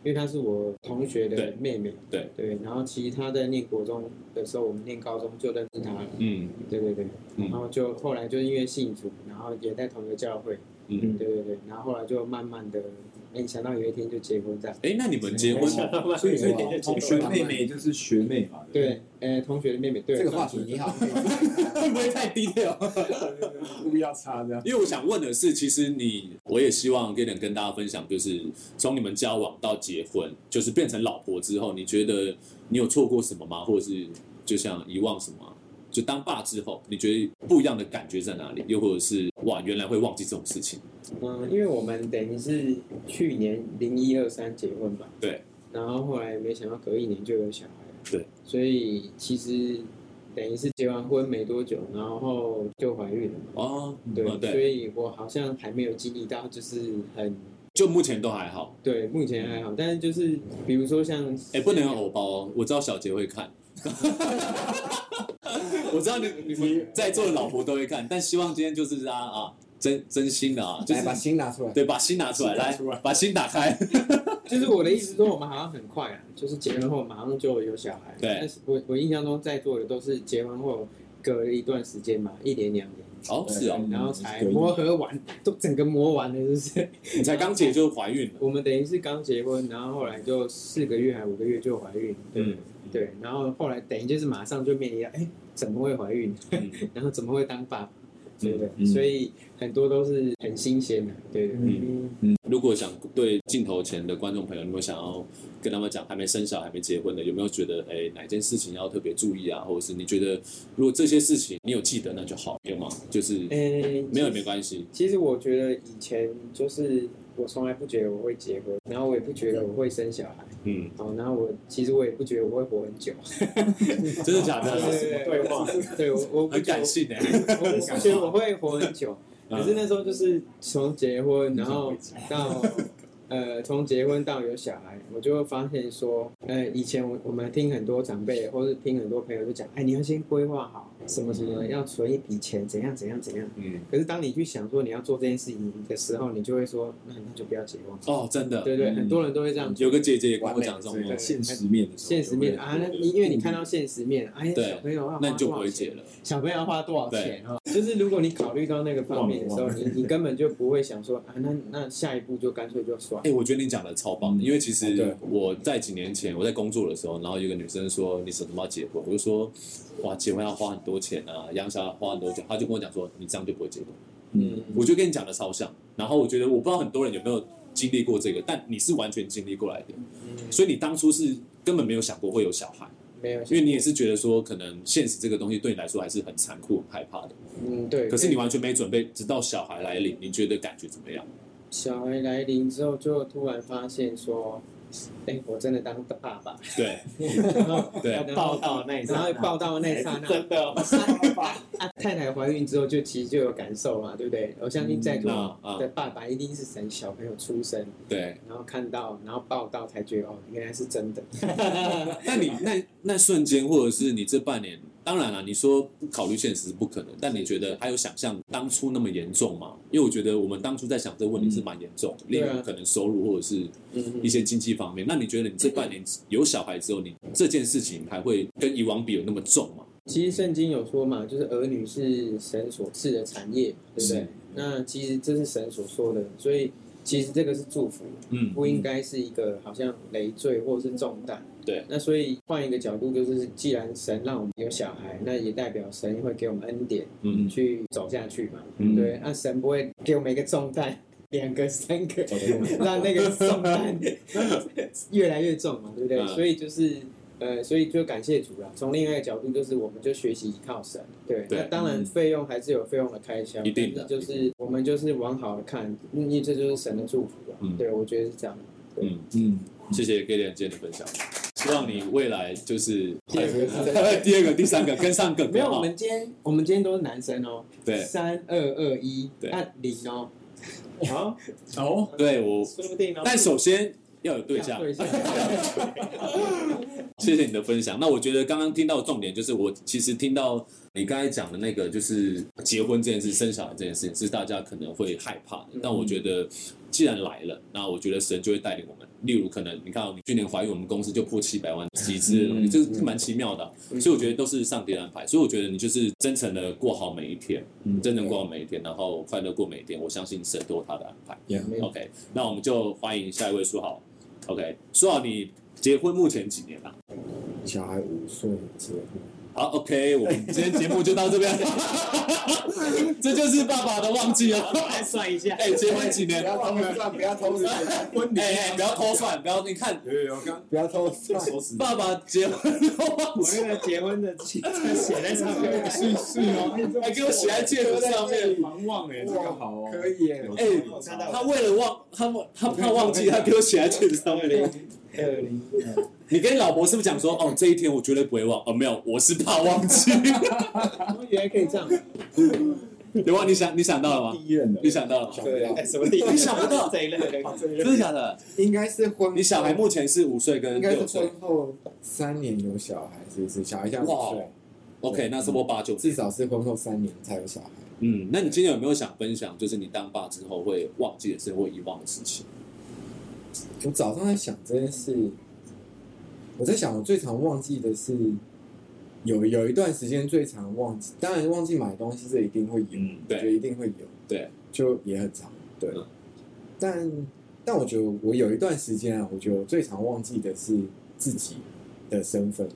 [SPEAKER 2] 因为她是我同学的
[SPEAKER 1] 对
[SPEAKER 2] 妹妹，
[SPEAKER 1] 对
[SPEAKER 2] 对，然后其实她在念国中的时候，我们念高中就认识她了，
[SPEAKER 1] 嗯
[SPEAKER 2] 对对对，
[SPEAKER 1] 嗯
[SPEAKER 2] 然后就后来就因为信主，然后也在同一个教会，
[SPEAKER 1] 嗯。
[SPEAKER 2] 对对对，然后后来就慢慢的，没想到有一天就结婚这样，
[SPEAKER 1] 哎，那你们结婚
[SPEAKER 5] 所以所
[SPEAKER 3] 对啊
[SPEAKER 5] 以同学妹妹就是学妹嘛，
[SPEAKER 2] 对，呃，同学的妹妹，对，
[SPEAKER 3] 这个话题你好，
[SPEAKER 1] 会不会太低调？
[SPEAKER 5] 不对， [LAUGHS] 不要插这样。
[SPEAKER 1] 因为我想问的是，其实你我也希望跟能跟大家分享，就是从你们交往到结婚，就是变成老婆之后，你觉得你有错过什么吗？或者是就像遗忘什么啊、就当爸之后，你觉得不一样的感觉在哪里？又或者是哇，原来会忘记这种事情？
[SPEAKER 2] 嗯，因为我们等于是去年零一二三结婚吧，
[SPEAKER 1] 对，
[SPEAKER 2] 然后后来没想到隔一年就有小孩了，
[SPEAKER 1] 对，
[SPEAKER 2] 所以其实等于是结完婚没多久，然后就怀孕了嘛，
[SPEAKER 1] 哦，
[SPEAKER 2] 对，
[SPEAKER 1] 嗯
[SPEAKER 2] 所
[SPEAKER 1] 对，
[SPEAKER 2] 以我好像还没有经历到，就是很
[SPEAKER 1] 就目前都还好。
[SPEAKER 2] 对，目前还好，但是就是比如说像，
[SPEAKER 1] 哎，不能有偶包哦，我知道小杰会看。 [LAUGHS] 我知道你你们在座的老婆都会看，但希望今天就是大家啊，真真心的啊，就是
[SPEAKER 3] 来把心拿出来。
[SPEAKER 1] 对，把心拿出来，来
[SPEAKER 5] 出来
[SPEAKER 1] 把心打
[SPEAKER 2] [LAUGHS]
[SPEAKER 1] 开。
[SPEAKER 2] 就是我的意思说，我们好像很快啊，就是结婚后马上就有小孩。
[SPEAKER 1] 对
[SPEAKER 2] 但是我我印象中在座的都是结婚后隔了一段时间嘛，一年两年，
[SPEAKER 1] 哦，是哦，
[SPEAKER 5] 嗯
[SPEAKER 2] 然后才
[SPEAKER 5] 隔一年
[SPEAKER 2] 磨合完，都整个磨完了，就是。 [LAUGHS]
[SPEAKER 1] 你才刚结就怀孕了，
[SPEAKER 2] 我们等于是刚结婚，然后后来就四个月还五个月就怀孕，对、
[SPEAKER 1] 嗯
[SPEAKER 2] 对，然后后来等于就是马上就面临到，哎，怎么会怀孕？
[SPEAKER 1] 嗯
[SPEAKER 2] [LAUGHS] 然后怎么会当爸爸？对不对？
[SPEAKER 5] 嗯
[SPEAKER 2] 所以很多都是很新鲜的，对对对。
[SPEAKER 1] 嗯如果想对镜头前的观众朋友，如果想要跟他们讲还没生小、还没结婚的，有没有觉得哎哪件事情要特别注意啊？或者是你觉得如果这些事情你有记得，那就好，有吗？就是
[SPEAKER 2] 诶，
[SPEAKER 1] 没有也没关系，
[SPEAKER 2] 其实我觉得以前就是我从来不觉得我会结婚，然后我也不觉得我会生小孩，
[SPEAKER 1] 嗯，
[SPEAKER 2] 哦，然后我其实我也不觉得我会活很久。
[SPEAKER 1] [LAUGHS] 真的假的？
[SPEAKER 2] 对对话？ [LAUGHS] 对我我不
[SPEAKER 1] 很
[SPEAKER 2] 觉得
[SPEAKER 1] 感性哎，
[SPEAKER 2] 我我不觉得我会活很久，
[SPEAKER 1] 嗯
[SPEAKER 2] 可是那时候就是从结婚，然后
[SPEAKER 1] [LAUGHS]
[SPEAKER 2] 到呃从结婚到有小孩，我就会发现说，呃以前我我们听很多长辈或是听很多朋友就讲，哎你要先规划好什么什么，要存一笔钱，怎样怎样怎样。
[SPEAKER 1] 嗯，
[SPEAKER 2] 可是当你去想说你要做这件事情的时候，你就会说，那那就不要结婚，
[SPEAKER 1] 哦，真的，
[SPEAKER 2] 对对，
[SPEAKER 5] 嗯
[SPEAKER 2] 很多人都会这样觉得。
[SPEAKER 1] 有个姐姐也跟我讲这种
[SPEAKER 5] 这
[SPEAKER 1] 东
[SPEAKER 5] 个
[SPEAKER 1] 西，
[SPEAKER 5] 现实面的时候，
[SPEAKER 2] 现实面啊，那你因为你看到现实面，哎，
[SPEAKER 1] 嗯对
[SPEAKER 2] 小朋友要花
[SPEAKER 1] 那你就不
[SPEAKER 2] 多
[SPEAKER 1] 会
[SPEAKER 2] 少钱
[SPEAKER 1] 结了。
[SPEAKER 2] 小朋友要花多少钱啊？就是如果你考虑到那个方面的时候，你你根本就不会想说啊，那那下一步就干脆就算
[SPEAKER 1] 哎、。我觉得你讲的超棒的，因为其实
[SPEAKER 3] 对
[SPEAKER 1] 我在几年前我在工作的时候，然后有一个女生说你什么时候要结婚，我就说哇，结婚要花很多钱啊，养小孩花很多钱，她就跟我讲说你这样就不会结婚。
[SPEAKER 5] 嗯
[SPEAKER 1] 我就跟你讲的超像，然后我觉得我不知道很多人有没有经历过这个，但你是完全经历过来的，所以你当初是根本没有想过会有小孩，
[SPEAKER 2] 嗯没有，
[SPEAKER 1] 因为你也是觉得说可能现实这个东西对你来说还是很残酷、很害怕的。
[SPEAKER 2] 嗯对。
[SPEAKER 1] 可是你完全没准备，直到小孩来临，你觉得感觉怎么样？
[SPEAKER 2] 小孩来临之后，就突然发现说，哎，我真的当爸爸，
[SPEAKER 1] 对
[SPEAKER 2] [LAUGHS] 然后
[SPEAKER 1] 对，
[SPEAKER 4] 报道的那一刹
[SPEAKER 2] 然后
[SPEAKER 4] 那，
[SPEAKER 2] 抱到那一刹
[SPEAKER 1] [LAUGHS]
[SPEAKER 2] 那，
[SPEAKER 4] 真
[SPEAKER 1] 哦
[SPEAKER 4] 的，
[SPEAKER 2] [LAUGHS] 啊，太太怀孕之后就其实就有感受嘛，对不对？我相信在
[SPEAKER 1] 那
[SPEAKER 2] 座
[SPEAKER 1] 啊
[SPEAKER 2] 的爸爸一定是从小朋友出生，
[SPEAKER 1] 对。
[SPEAKER 2] 然后看到，然后报道才觉得哦，原来是
[SPEAKER 1] [LAUGHS]
[SPEAKER 2] 真的。
[SPEAKER 1] 那你那那瞬间，或者是你这半年，当然了，你说不考虑现实是不可能，但你觉得还有想象当初那么严重吗？因为我觉得我们当初在想这个问题是蛮严重的，例
[SPEAKER 2] 对
[SPEAKER 1] 如
[SPEAKER 2] 啊
[SPEAKER 1] 可能收入或者是
[SPEAKER 2] 嗯
[SPEAKER 1] 一些经济方面。那你觉得你这半年有小孩之后，你这件事情还会跟以往比有那么重吗？
[SPEAKER 2] 其实圣经有说嘛，就是儿女是神所赐的产业，对不对
[SPEAKER 1] 是？
[SPEAKER 2] 那其实这是神所说的，所以其实这个是祝福，
[SPEAKER 1] 嗯，
[SPEAKER 2] 不应该是一个好像累赘或是重担。
[SPEAKER 1] 对，
[SPEAKER 2] 那所以换一个角度，就是既然神让我们有小孩，那也代表神会给我们恩典
[SPEAKER 1] 嗯
[SPEAKER 2] 去走下去嘛。
[SPEAKER 1] 嗯
[SPEAKER 2] 对，那神不会给我们一个重担，两个、
[SPEAKER 1] [LAUGHS]
[SPEAKER 2] 三个，
[SPEAKER 5] 好的
[SPEAKER 2] 让那个重担越来越重嘛，对不对？
[SPEAKER 1] 嗯
[SPEAKER 2] 所以就是呃，所以就感谢主了。从另外一个角度，就是我们就学习依靠神，对。
[SPEAKER 1] 对
[SPEAKER 2] 那当然
[SPEAKER 5] 嗯
[SPEAKER 2] 费用还是有费用的开销，
[SPEAKER 1] 一定的
[SPEAKER 2] 但是就是我们就是往好的看，因为这就是神的祝福了。
[SPEAKER 1] 嗯
[SPEAKER 2] 对，我觉得是这样。
[SPEAKER 1] 嗯，
[SPEAKER 5] 嗯，
[SPEAKER 1] 谢谢 g a l i a n 今天的分享，希望你未来就是
[SPEAKER 2] 第二个
[SPEAKER 1] 第二个、第三个跟上更
[SPEAKER 2] 没有，
[SPEAKER 1] 好
[SPEAKER 2] 我们今天我们今天都是男生哦，
[SPEAKER 1] 对
[SPEAKER 2] 三二二一，
[SPEAKER 1] 对
[SPEAKER 2] 按零哦，
[SPEAKER 4] 好，
[SPEAKER 5] 哦，
[SPEAKER 1] 对我，
[SPEAKER 4] 说不定呢。
[SPEAKER 1] 但首先要有对象。[LAUGHS]
[SPEAKER 2] 对象，
[SPEAKER 1] 谢谢你的分享。那我觉得刚刚听到的重点就是，我其实听到你刚才讲的那个，就是结婚这件事、生小孩这件事情，是大家可能会害怕
[SPEAKER 5] 嗯
[SPEAKER 1] 的。但我觉得，既然来了，那我觉得神就会带领我们。例如，可能你看哦，你去年怀孕，我们公司就破七百万集资了，
[SPEAKER 5] 嗯
[SPEAKER 1] 这是蛮奇妙的啊、所以我觉得都是上帝的安排。所以我觉得你就是真诚的过好每一天，
[SPEAKER 5] 嗯
[SPEAKER 1] 真诚过好每一天，然后快乐过每一天。我相信神都有他的安排。
[SPEAKER 5] 也
[SPEAKER 1] OK，那我们就欢迎下一位书豪。OK，书豪，你结婚目前几年了、
[SPEAKER 3] 小孩五岁结婚，
[SPEAKER 1] 好，OK，我们今天节目就到这边，这就是爸爸的忘记啊！
[SPEAKER 4] 来算一下，
[SPEAKER 1] 哎，结婚几年？哎
[SPEAKER 3] 偷算，不要偷算，
[SPEAKER 1] 哎，不要偷算，不要你看
[SPEAKER 5] 有有有，刚
[SPEAKER 3] 不要偷算，
[SPEAKER 5] 收拾
[SPEAKER 1] 爸爸结婚都忘
[SPEAKER 4] 我
[SPEAKER 1] 记，
[SPEAKER 4] 那个结婚的记写在上面，
[SPEAKER 3] 哎
[SPEAKER 5] 是是哦，
[SPEAKER 1] 哎还给我写在戒指上面。
[SPEAKER 5] 狂妄哎，这个好哦，
[SPEAKER 3] 可以耶
[SPEAKER 5] 有
[SPEAKER 1] 哎
[SPEAKER 4] 我看到
[SPEAKER 1] 他为了忘他他怕忘记，他给我写在戒指上
[SPEAKER 4] 二
[SPEAKER 1] 面。
[SPEAKER 4] 零二零，
[SPEAKER 1] 你跟老婆是不是讲说，哦，这一天我绝对不会忘？哦，没有，我是怕忘记。
[SPEAKER 2] 哦原来可以这样，
[SPEAKER 1] 刘旺，你想你想到了吗？
[SPEAKER 5] 第一任的
[SPEAKER 1] 你，想到了吗？
[SPEAKER 3] 对啊
[SPEAKER 4] 哎，什么地方？
[SPEAKER 1] 你想不到
[SPEAKER 4] 这一类
[SPEAKER 2] 哦
[SPEAKER 4] 的，
[SPEAKER 1] 真的假的？
[SPEAKER 3] 应该是婚，
[SPEAKER 1] 你小孩目前是五岁跟
[SPEAKER 3] 应该
[SPEAKER 1] 六
[SPEAKER 3] 是
[SPEAKER 1] 岁
[SPEAKER 3] 婚后三年有小孩，是不是？小孩像
[SPEAKER 1] 哇
[SPEAKER 3] 五岁，
[SPEAKER 1] ，OK，那差不多八九岁
[SPEAKER 3] 至。少是婚后三年才有小孩。
[SPEAKER 1] 嗯，那你今天有没有想分享，就是你当爸之后会忘记的事或遗忘的事情？
[SPEAKER 3] 我早上在想这件事，我在想我最常忘记的是，有有一段时间最常忘记，当然忘记买东西这一定会有，
[SPEAKER 1] 嗯
[SPEAKER 3] 我觉得
[SPEAKER 1] 对
[SPEAKER 3] 一定会有，
[SPEAKER 1] 对，
[SPEAKER 3] 就也很长，对。
[SPEAKER 1] 嗯
[SPEAKER 3] 但但我觉得我有一段时间啊，我觉得我最常忘记的是自己的身份，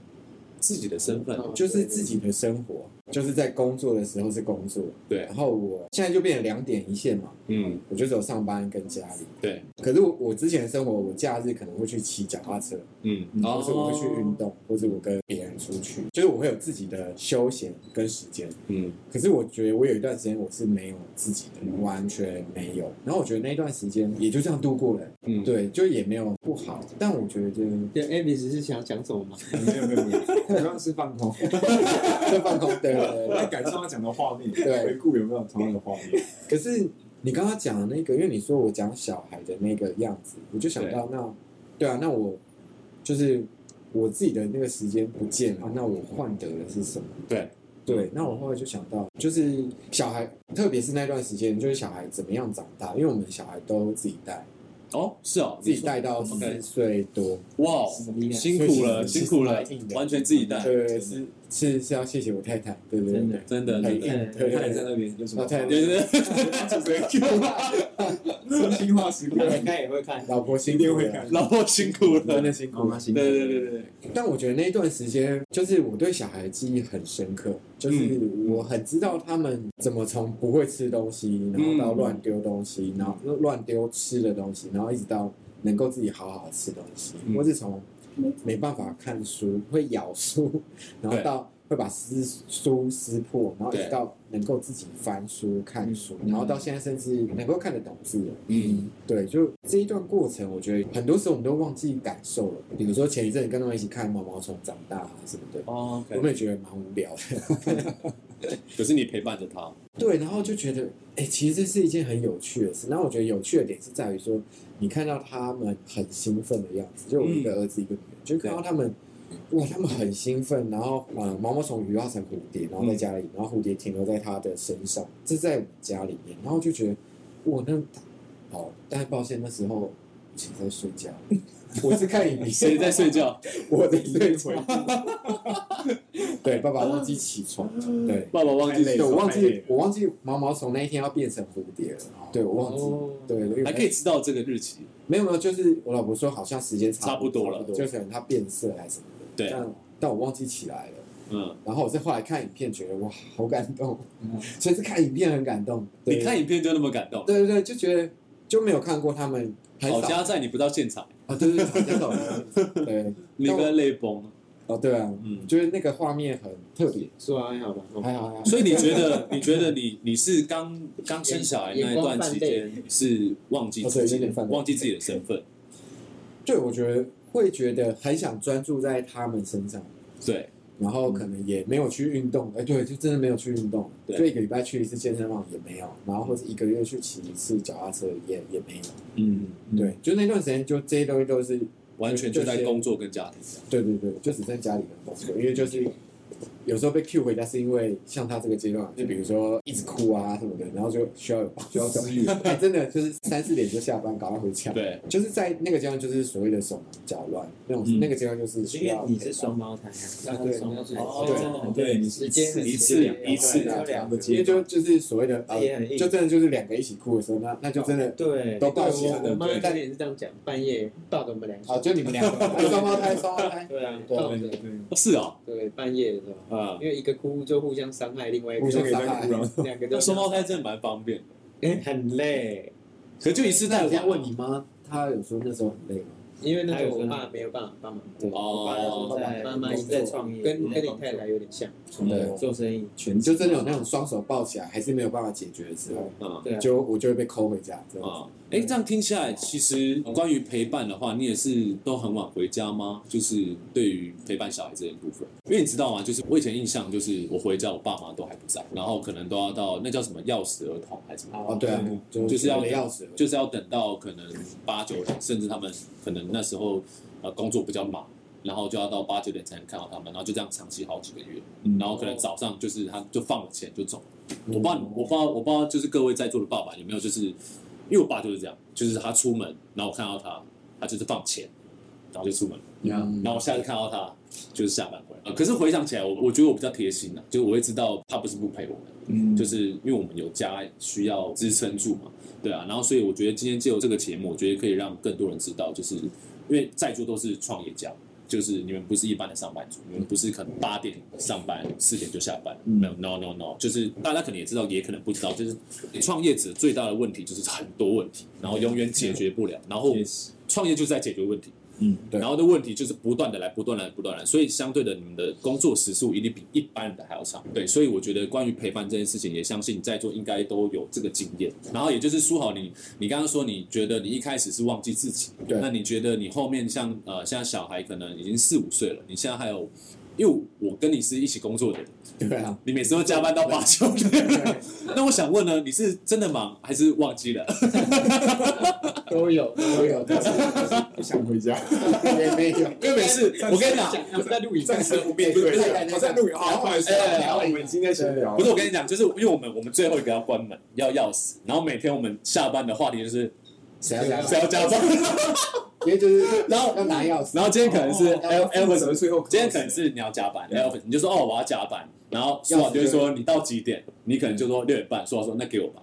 [SPEAKER 1] 自己的身份，
[SPEAKER 2] 哦
[SPEAKER 3] 就是自己的生活，就是在工作的时候是工作，
[SPEAKER 1] 对
[SPEAKER 3] 然后我现在就变成两点一线嘛，
[SPEAKER 1] 嗯，
[SPEAKER 3] 我就只有上班跟家里。
[SPEAKER 1] 对，
[SPEAKER 3] 可是我我之前的生活，我假日可能会去骑脚踏车，
[SPEAKER 1] 嗯，
[SPEAKER 3] 或是我会去运，动，或者我跟别人出去，就是我会有自己的休闲跟时间。
[SPEAKER 1] 嗯
[SPEAKER 3] 可是我觉得我有一段时间我是没有自己的，完全没有。然后我觉得那段时间也就这样度过了，
[SPEAKER 1] 嗯，
[SPEAKER 3] 对，就也没有不好。但我觉得
[SPEAKER 2] 对，Avis 是想讲什
[SPEAKER 4] [LAUGHS]
[SPEAKER 2] 么吗？
[SPEAKER 5] 嗯没有没有没有，
[SPEAKER 3] 刚刚是放空，在放空，对对对
[SPEAKER 5] 我
[SPEAKER 3] 对
[SPEAKER 5] 在感受他讲的画面，
[SPEAKER 3] 对
[SPEAKER 5] 回顾有没有同样的画面？
[SPEAKER 3] 可是你刚刚讲的那个，因为你说我讲小孩的那个样子，我就想到那，对啊，那我就是我自己的那个时间不见了，啊那我换得的是什么？
[SPEAKER 1] 对
[SPEAKER 3] 对，那我后来就想到，就是小孩，特别是那段时间，就是小孩怎么样长大，因为我们小孩都自己带，
[SPEAKER 1] 哦，是哦，
[SPEAKER 3] 自己带到
[SPEAKER 1] 你说哦
[SPEAKER 3] 四岁多，
[SPEAKER 1] 哇，辛苦了，辛苦了，完全自己带，
[SPEAKER 3] 对，是是是要谢谢我太太，对对
[SPEAKER 1] 哎真
[SPEAKER 3] 对对，
[SPEAKER 4] 真的
[SPEAKER 1] 的真
[SPEAKER 3] 很
[SPEAKER 1] 的，
[SPEAKER 3] 硬，
[SPEAKER 5] 太
[SPEAKER 3] 对
[SPEAKER 5] 太
[SPEAKER 3] 对对，
[SPEAKER 5] 在那边有什么
[SPEAKER 3] 老太太
[SPEAKER 1] 对对对，
[SPEAKER 5] 真心话实
[SPEAKER 4] 他
[SPEAKER 5] 感
[SPEAKER 4] 应，该也会看。
[SPEAKER 3] 老婆辛
[SPEAKER 5] 一
[SPEAKER 3] 苦
[SPEAKER 5] 定会
[SPEAKER 3] 了
[SPEAKER 1] [LAUGHS]
[SPEAKER 5] 看，，
[SPEAKER 1] 老婆辛苦
[SPEAKER 3] 真
[SPEAKER 1] 了。
[SPEAKER 3] 的辛
[SPEAKER 5] 妈
[SPEAKER 3] 苦
[SPEAKER 5] 妈
[SPEAKER 3] 了。
[SPEAKER 5] 辛苦，
[SPEAKER 1] 对对对对对，
[SPEAKER 3] 但我觉得那一段时间，就是我对小孩的记忆很深刻，就是
[SPEAKER 1] 嗯
[SPEAKER 3] 我很知道他们怎么从不会吃东西，然后到乱丢东
[SPEAKER 1] 嗯
[SPEAKER 3] 西，然后乱丢吃的东西，然后一直到能够自己好好地吃东西，
[SPEAKER 1] 嗯
[SPEAKER 3] 或是从没办法看书，会咬书， [LAUGHS] 然后到会把撕书撕破，然后一直
[SPEAKER 1] 对
[SPEAKER 3] 到能够自己翻书看书，
[SPEAKER 5] 嗯
[SPEAKER 3] 然后到现在甚至能够看得懂字了。
[SPEAKER 1] 嗯，
[SPEAKER 3] 对，就这一段过程，我觉得很多时候我们都忘记感受了。比如说前一阵跟他们一起看《毛毛虫长大》啊什么的，
[SPEAKER 4] 哦，
[SPEAKER 1] 对
[SPEAKER 3] 我们也觉得蛮无聊的。
[SPEAKER 1] 可是你陪伴着他，
[SPEAKER 3] 对，然后就觉得，哎、其实这是一件很有趣的事。然后我觉得有趣的点是在于说，你看到他们很兴奋的样子，就我一个儿子一个女儿，就看到他们，哇，他们很兴奋。然后，呃，毛毛虫羽化成蝴蝶，然后在家里，然后蝴蝶停留在他的身上，这在我们家里面，然后就觉得，哇，那好，但是抱歉，那时候我其实在睡觉，我是看影
[SPEAKER 1] 谁
[SPEAKER 3] 片，
[SPEAKER 1] 在睡
[SPEAKER 3] [LAUGHS]
[SPEAKER 1] 觉？
[SPEAKER 3] 我在睡觉。 [LAUGHS] 对，爸爸忘记起床，对。
[SPEAKER 1] 爸爸忘记
[SPEAKER 5] 太
[SPEAKER 1] 睡
[SPEAKER 3] 对，
[SPEAKER 5] 累了
[SPEAKER 1] 觉
[SPEAKER 3] 我忘
[SPEAKER 5] 太累
[SPEAKER 3] 记
[SPEAKER 5] 了
[SPEAKER 3] 我忘记毛毛虫那一天要变成蝴蝶了。对，我忘记。
[SPEAKER 2] 哦，
[SPEAKER 3] 对，因为哎
[SPEAKER 1] 还可以知道这个日期。
[SPEAKER 3] 没有没有，就是我老婆说好像时间
[SPEAKER 1] 差不多了
[SPEAKER 3] 就可能它变色还是什么的。
[SPEAKER 1] 对啊
[SPEAKER 3] 但但我忘记起来了。
[SPEAKER 1] 嗯，
[SPEAKER 3] 然后我是后来看影片，觉得哇，好感动。 [LAUGHS] 所以是看影片很感动。对
[SPEAKER 1] 你看，影片就那么感动，
[SPEAKER 3] 对对对，就觉得就没有看过他们很
[SPEAKER 1] 好
[SPEAKER 3] 少
[SPEAKER 1] 家在你不到现场，
[SPEAKER 3] 啊，对对对，好家长对，
[SPEAKER 1] 你应该泪崩了。
[SPEAKER 3] 哦对啊，
[SPEAKER 1] 嗯，
[SPEAKER 3] 就是那个画面很特别。
[SPEAKER 2] 说还好吧，哦
[SPEAKER 3] 还好还好，
[SPEAKER 1] 所以你觉得，你觉得你你是刚刚生小孩那一段期间是忘记自
[SPEAKER 3] 哦对有
[SPEAKER 1] 己
[SPEAKER 3] 点犯，累
[SPEAKER 1] 忘记自己的身份，
[SPEAKER 3] 对我觉得会觉得很想专注在他们身上。
[SPEAKER 1] 对，
[SPEAKER 3] 然后可能也没有去运动，哎、对，就真的没有去运动，
[SPEAKER 1] 对
[SPEAKER 3] 就一个礼拜去一次健身房也没有，然后或者一个月去骑一次脚踏车也也没有，
[SPEAKER 5] 嗯，
[SPEAKER 3] 对，就那段时间就这些东西都是，
[SPEAKER 1] 完全就在工作跟家庭上。
[SPEAKER 3] 对对对，就只剩家里的工作，因为就是有时候被 Q 回家是因为像他这个阶段，就比如说一直哭啊什么的，然后就需要有需要资源，哎，真的就是三四点就下班，赶快回家，
[SPEAKER 1] 对，
[SPEAKER 3] 就是在那个阶段就是所谓的手忙脚乱那种，
[SPEAKER 5] 嗯
[SPEAKER 3] 那个阶段就是需
[SPEAKER 4] 因为
[SPEAKER 3] 要
[SPEAKER 4] 你
[SPEAKER 3] 陪伴
[SPEAKER 4] 是双胞胎，
[SPEAKER 2] 啊
[SPEAKER 4] 啊，
[SPEAKER 2] 对
[SPEAKER 4] 双胞胎，
[SPEAKER 2] 哦
[SPEAKER 4] 哦
[SPEAKER 5] 对，你是
[SPEAKER 2] 时间
[SPEAKER 1] 一次两一次
[SPEAKER 4] 两
[SPEAKER 5] 两个
[SPEAKER 3] 因为
[SPEAKER 5] 阶
[SPEAKER 3] 就
[SPEAKER 5] 段，
[SPEAKER 3] 就是所谓的呃
[SPEAKER 4] 这也很硬
[SPEAKER 3] 就真的就是两个一起哭的时候，那那就真的
[SPEAKER 4] 对，
[SPEAKER 3] 都
[SPEAKER 2] 对
[SPEAKER 3] 抱起来
[SPEAKER 2] 我我
[SPEAKER 3] 了，
[SPEAKER 2] 妈
[SPEAKER 3] 对
[SPEAKER 2] 有
[SPEAKER 3] 但
[SPEAKER 2] 点是这样讲，半夜抱着我们两
[SPEAKER 3] 啊，
[SPEAKER 2] 个，
[SPEAKER 3] 就你们两个哎双胞胎，双胞胎，
[SPEAKER 2] 对啊，
[SPEAKER 3] 对
[SPEAKER 2] 抱着
[SPEAKER 5] 对，对，
[SPEAKER 1] 是啊，
[SPEAKER 2] 对，半夜的时候，
[SPEAKER 1] 啊，
[SPEAKER 2] 因为一个哭就互相伤害，另外一
[SPEAKER 3] 互
[SPEAKER 2] 个
[SPEAKER 3] 相
[SPEAKER 2] 就
[SPEAKER 3] 给
[SPEAKER 5] 给
[SPEAKER 3] 他
[SPEAKER 5] 他哭了，
[SPEAKER 2] 两个
[SPEAKER 1] 那
[SPEAKER 2] 都
[SPEAKER 1] 双胞胎真的蛮方便的，
[SPEAKER 4] 很累，
[SPEAKER 1] 可就一次带完。
[SPEAKER 3] 你妈，她有说那时候很累吗？
[SPEAKER 2] 因为那时候我爸没有办法帮忙，
[SPEAKER 1] 哦，
[SPEAKER 4] 在
[SPEAKER 2] 妈妈一直
[SPEAKER 4] 在创业，
[SPEAKER 2] 跟跟你太太有点像，
[SPEAKER 3] 对，
[SPEAKER 4] 做生意，
[SPEAKER 5] 全
[SPEAKER 3] 你就真的有那种双手抱起来还是没有办法解决的时候，
[SPEAKER 1] 嗯
[SPEAKER 4] 对啊，
[SPEAKER 3] 就我就会被抠回家，这样
[SPEAKER 1] 啊，哎，这样听下来，其实关于陪伴的话，你也是都很晚回家吗？就是对于陪伴小孩这一部分，因为你知道吗？就是我以前印象就是我回家，我爸妈都还不在，然后可能都要到那叫什么钥匙儿童还是什么。
[SPEAKER 3] 哦，对啊，就
[SPEAKER 1] 就是要
[SPEAKER 3] 没钥匙，
[SPEAKER 1] 就是要等到可能八九点，甚至他们可能那时候呃工作比较忙，然后就要到八九点才能看到他们，然后就这样长期好几个月，
[SPEAKER 5] 嗯
[SPEAKER 1] 然后可能早上就是他就放了钱就走了。我不知道你，我不知道，我不知道，就是各位在座的爸爸有没有就是，因为我爸就是这样，就是他出门，然后我看到他，他就是放钱，然后就出门了。
[SPEAKER 3] 嗯
[SPEAKER 1] 然后我下次看到他就是下班回来。呃可是回想起来，我我觉得我比较贴心啊，就是我会知道他不是不陪我们，
[SPEAKER 5] 嗯
[SPEAKER 1] 就是因为我们有家需要支撑住嘛，对啊。然后所以我觉得今天借由这个节目，我觉得可以让更多人知道，就是因为在座都是创业家。就是你们不是一般的上班族，你们不是可能八点上班，四点就下班。
[SPEAKER 5] 嗯
[SPEAKER 1] No no no no，就是大家可能也知道，也可能不知道，就是创业者最大的问题就是很多问题，然后永远解决不了，然后
[SPEAKER 5] 也是，
[SPEAKER 1] 创业就是在解决问题。
[SPEAKER 5] 嗯，
[SPEAKER 3] 对
[SPEAKER 1] 然后的问题就是不断的来，不断地来，不断地来，所以相对的，你们的工作时数一定比一般人的还要长。对，所以我觉得关于陪伴这件事情，也相信在座应该都有这个经验。然后也就是说，好，你你刚刚说你觉得你一开始是忘记自己，
[SPEAKER 3] 对
[SPEAKER 1] 那你觉得你后面像呃，现在小孩可能已经四五岁了，你现在还有，因为我跟你是一起工作的人，
[SPEAKER 3] 对啊，
[SPEAKER 1] 你每次都加班到八九点， [LAUGHS] 那我想问呢，你是真的忙还是忘记了？
[SPEAKER 2] 都有，
[SPEAKER 3] 都有，但是
[SPEAKER 5] 不想回家，
[SPEAKER 3] 也没有，
[SPEAKER 1] 因为 [LAUGHS] 每次我跟你讲，
[SPEAKER 2] 讲，我们在录影，
[SPEAKER 5] 暂时不面对，好在录影，好，不好意思，我们今天先聊
[SPEAKER 1] 不，是我跟你讲，就是因为我们我们最后一个要关门要钥匙，然后每天我们下班的话题就是
[SPEAKER 3] 谁要加
[SPEAKER 1] 谁
[SPEAKER 3] 班？
[SPEAKER 1] 要加 [LAUGHS] 班？
[SPEAKER 3] 因为就是
[SPEAKER 1] 然后
[SPEAKER 3] 要拿钥匙，
[SPEAKER 1] 然后今天可能是
[SPEAKER 3] 哦要
[SPEAKER 1] L
[SPEAKER 3] 负责
[SPEAKER 1] L
[SPEAKER 3] 最后
[SPEAKER 1] 今天可能是你要加班
[SPEAKER 5] 对
[SPEAKER 1] ，L 你就说哦我要加班，然后苏老就会说你到几点？你可能就说六点半，苏老说那给我 [LAUGHS] 吧。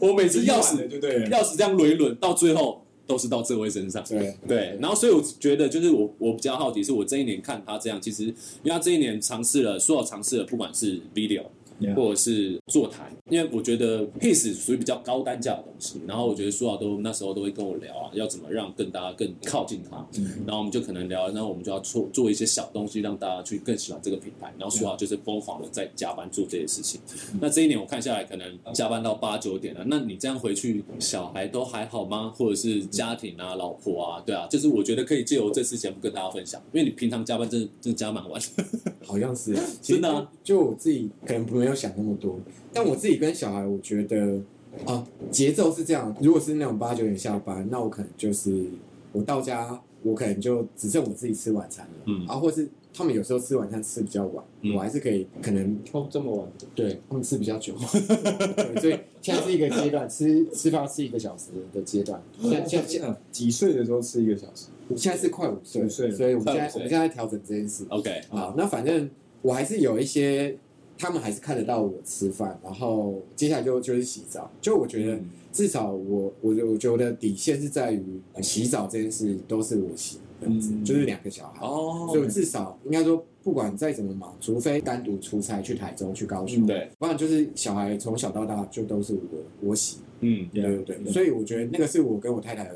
[SPEAKER 1] 我每次钥匙
[SPEAKER 5] 就对了，
[SPEAKER 1] 钥匙这样轮一轮，到最后都是到这位身上。
[SPEAKER 3] 对
[SPEAKER 1] 对，然后所以我觉得就是我我比较好奇，是我这一年看他这样，其实因为他这一年尝试了，所有尝试了，不管是 video
[SPEAKER 5] Yeah
[SPEAKER 1] 或者是座谈，因为我觉得 piece 属于比较高单价的东西，然后我觉得苏老都那时候都会跟我聊啊，要怎么让更大家更靠近他，然后我们就可能聊，然后我们就要做做一些小东西，让大家去更喜欢这个品牌，然后苏老就是疯狂的在加班做这些事情。那这一年我看下来，可能加班到八九点了。那你这样回去，小孩都还好吗？或者是家庭啊、老婆啊，对啊，就是我觉得可以借由这次节目跟大家分享，因为你平常加班真的真的加蛮晚的。
[SPEAKER 3] 好像是，其
[SPEAKER 1] 真
[SPEAKER 3] 实
[SPEAKER 1] 的啊
[SPEAKER 3] 就我自己可能没有想那么多，但我自己跟小孩，我觉得啊，节奏是这样。如果是那种八九点下班，那我可能就是我到家，我可能就只剩我自己吃晚餐了，
[SPEAKER 1] 嗯
[SPEAKER 3] 啊，或是他们有时候吃晚餐吃比较晚，
[SPEAKER 1] 嗯
[SPEAKER 3] 我还是可以可能
[SPEAKER 2] 哦，这么晚，
[SPEAKER 3] 对他们吃比
[SPEAKER 1] [LAUGHS]
[SPEAKER 3] 较久，对所以现在是一个阶段，吃吃饭要吃一个小时的阶段。现在现在现在
[SPEAKER 5] 几岁的时候吃一个小时，
[SPEAKER 3] 我现在是快五岁
[SPEAKER 5] 五，岁了
[SPEAKER 3] 所以我们现
[SPEAKER 1] 快
[SPEAKER 3] 在
[SPEAKER 1] 五岁
[SPEAKER 3] 我们现在在调整这件事。
[SPEAKER 1] OK，
[SPEAKER 3] 啊，那反正我还是有一些，他们还是看得到我吃饭，然后接下来就就是洗澡。就我觉得
[SPEAKER 5] 嗯
[SPEAKER 3] 至少我我我觉得底线是在于呃洗澡这件事都是我洗，这样子、
[SPEAKER 5] 嗯
[SPEAKER 3] 就是两个小孩，
[SPEAKER 1] 哦
[SPEAKER 3] 所以我至少应该说不管再怎么忙，除非单独出差去台中去高雄，
[SPEAKER 5] 嗯
[SPEAKER 1] 对，
[SPEAKER 3] 不然就是小孩从小到大就都是我我洗，
[SPEAKER 1] 嗯，
[SPEAKER 3] 对对对，所以我觉得那个是我跟我太太。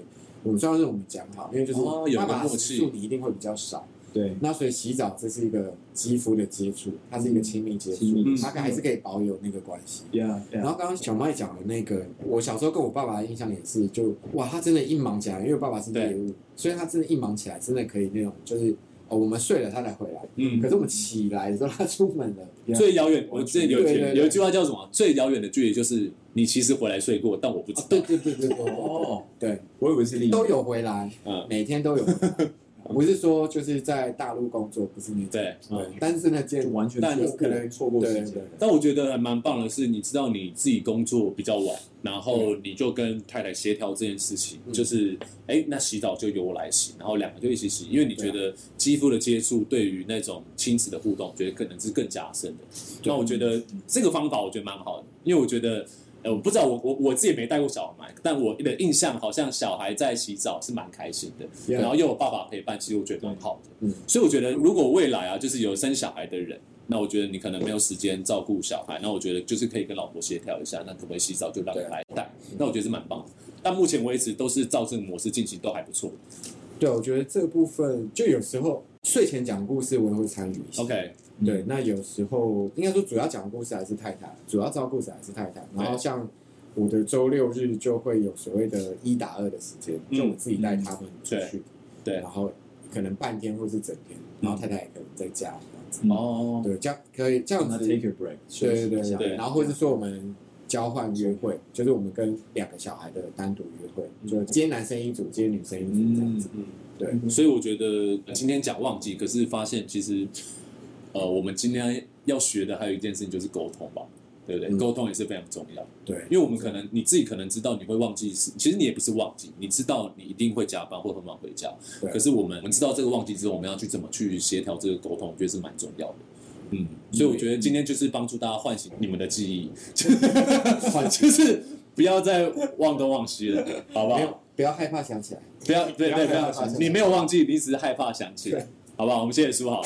[SPEAKER 3] 我们算是我们讲好，因为就是
[SPEAKER 1] 哦有
[SPEAKER 3] 爸
[SPEAKER 1] 个
[SPEAKER 3] 爸
[SPEAKER 1] 默
[SPEAKER 3] 的
[SPEAKER 1] 契
[SPEAKER 3] 时数你一定会比较少，
[SPEAKER 5] 对，
[SPEAKER 3] 那所以洗澡这是一个肌肤的接触，它是一个亲密接触
[SPEAKER 5] 亲密啊
[SPEAKER 1] 接，触
[SPEAKER 3] 它还是可以保有那个关系。
[SPEAKER 5] 呀
[SPEAKER 3] 然
[SPEAKER 5] 呀，
[SPEAKER 3] 后刚刚小麦讲的那个，我小时候跟我爸爸的印象也是，就哇，他真的，一忙起来，因为我爸爸是业务，所以他真的，一忙起来，真的可以那种，就是哦，我们睡了他才回来，可
[SPEAKER 1] 嗯。
[SPEAKER 3] 是我们起来的时候他出门了，
[SPEAKER 5] 嗯
[SPEAKER 1] 最遥远，我这里有一
[SPEAKER 3] 对对
[SPEAKER 1] 句
[SPEAKER 3] 对
[SPEAKER 1] 有一句话叫什么？最遥远的距离就是你其实回来睡过，但我不知
[SPEAKER 3] 啊
[SPEAKER 1] 道。
[SPEAKER 3] 对对对对对对
[SPEAKER 5] 哦，
[SPEAKER 3] 对，
[SPEAKER 5] 我以为是另一
[SPEAKER 3] 都有回来，
[SPEAKER 1] 嗯，
[SPEAKER 3] 每天都有回来，
[SPEAKER 5] [LAUGHS]
[SPEAKER 3] 不是说就是在大陆工作，不是那种，
[SPEAKER 1] 对，嗯。
[SPEAKER 3] 对，但是呢，见
[SPEAKER 5] 就完全
[SPEAKER 1] 但
[SPEAKER 5] 错过
[SPEAKER 3] 可能
[SPEAKER 5] 错过时间，
[SPEAKER 1] 但我觉得还蛮棒的是，你知道你自己工作比较晚，然后你就跟太太协调这件事情，
[SPEAKER 3] 嗯
[SPEAKER 1] 就是哎、诶那洗澡就由我来洗，然后两个就一起洗，因为你觉
[SPEAKER 3] 对啊
[SPEAKER 1] 得肌肤的接触对于那种亲子的互动，我觉得可能是更加深的。那我觉得这个方法我觉得蛮好的，因为我觉得。呃，我不知道，我我我自己没带过小孩嘛，但我的印象好像小孩在洗澡是蛮开心的
[SPEAKER 3] Yeah
[SPEAKER 1] 然后又有爸爸陪伴，其实我觉得蛮好的。
[SPEAKER 3] 嗯
[SPEAKER 1] 所以我觉得，如果未来啊，就是有生小孩的人，那我觉得你可能没有时间照顾小孩，那我觉得就是可以跟老婆协调一下，那可不可以洗澡就让你
[SPEAKER 3] 对嗯
[SPEAKER 1] 来带？那我觉得是蛮棒的。但目前为止都是照这个模式进行，都还不错。
[SPEAKER 3] 对，我觉得这部分就有时候睡前讲故事我也会参与一下。
[SPEAKER 1] OK，嗯
[SPEAKER 3] 对，那有时候应该说主要讲故事还是太太，主要照顾者还是太太。然后像我的周六日就会有所谓的一打二的时间，
[SPEAKER 1] 嗯
[SPEAKER 3] 就我自己带他们出去，
[SPEAKER 1] 对嗯
[SPEAKER 3] 然后可能半天或是整天，然后太太也可能在家这样子。
[SPEAKER 5] 嗯
[SPEAKER 1] 哦，
[SPEAKER 3] 对，这样可以这样
[SPEAKER 5] 让他
[SPEAKER 3] 子，
[SPEAKER 5] take a break，休
[SPEAKER 3] 对
[SPEAKER 5] 息
[SPEAKER 3] 对
[SPEAKER 5] 一下
[SPEAKER 3] 对
[SPEAKER 1] 对
[SPEAKER 3] 然后或者说我们交换约会，就是我们跟两个小孩的单独约会，就今天男生一组，今天女生一组这样子。
[SPEAKER 1] 嗯，
[SPEAKER 3] 对
[SPEAKER 1] 所以我觉得今天讲忘记，可是发现其实，呃，我们今天要学的还有一件事情就是沟通吧，对不对？
[SPEAKER 3] 嗯
[SPEAKER 1] 沟通也是非常重要。
[SPEAKER 3] 对，
[SPEAKER 1] 因为我们可能你自己可能知道你会忘记事，其实你也不是忘记，你知道你一定会加班或很晚回家，
[SPEAKER 3] 对
[SPEAKER 1] 可是我们我们知道这个忘记之后，我们要去怎么去协调这个沟通，我觉得是蛮重要的。嗯，所以我觉得今天就是帮助大家唤醒你们的记忆，就是不要再忘东忘西了，好不
[SPEAKER 3] 没
[SPEAKER 1] 好？
[SPEAKER 3] 有，不要害怕想起来。
[SPEAKER 1] 不要，对对，
[SPEAKER 3] 不要
[SPEAKER 1] 不要
[SPEAKER 3] 害怕
[SPEAKER 1] 想
[SPEAKER 3] 想
[SPEAKER 1] 你没有忘记，你只是害怕想起来
[SPEAKER 3] 对，
[SPEAKER 1] 好不好？我们谢谢苏豪，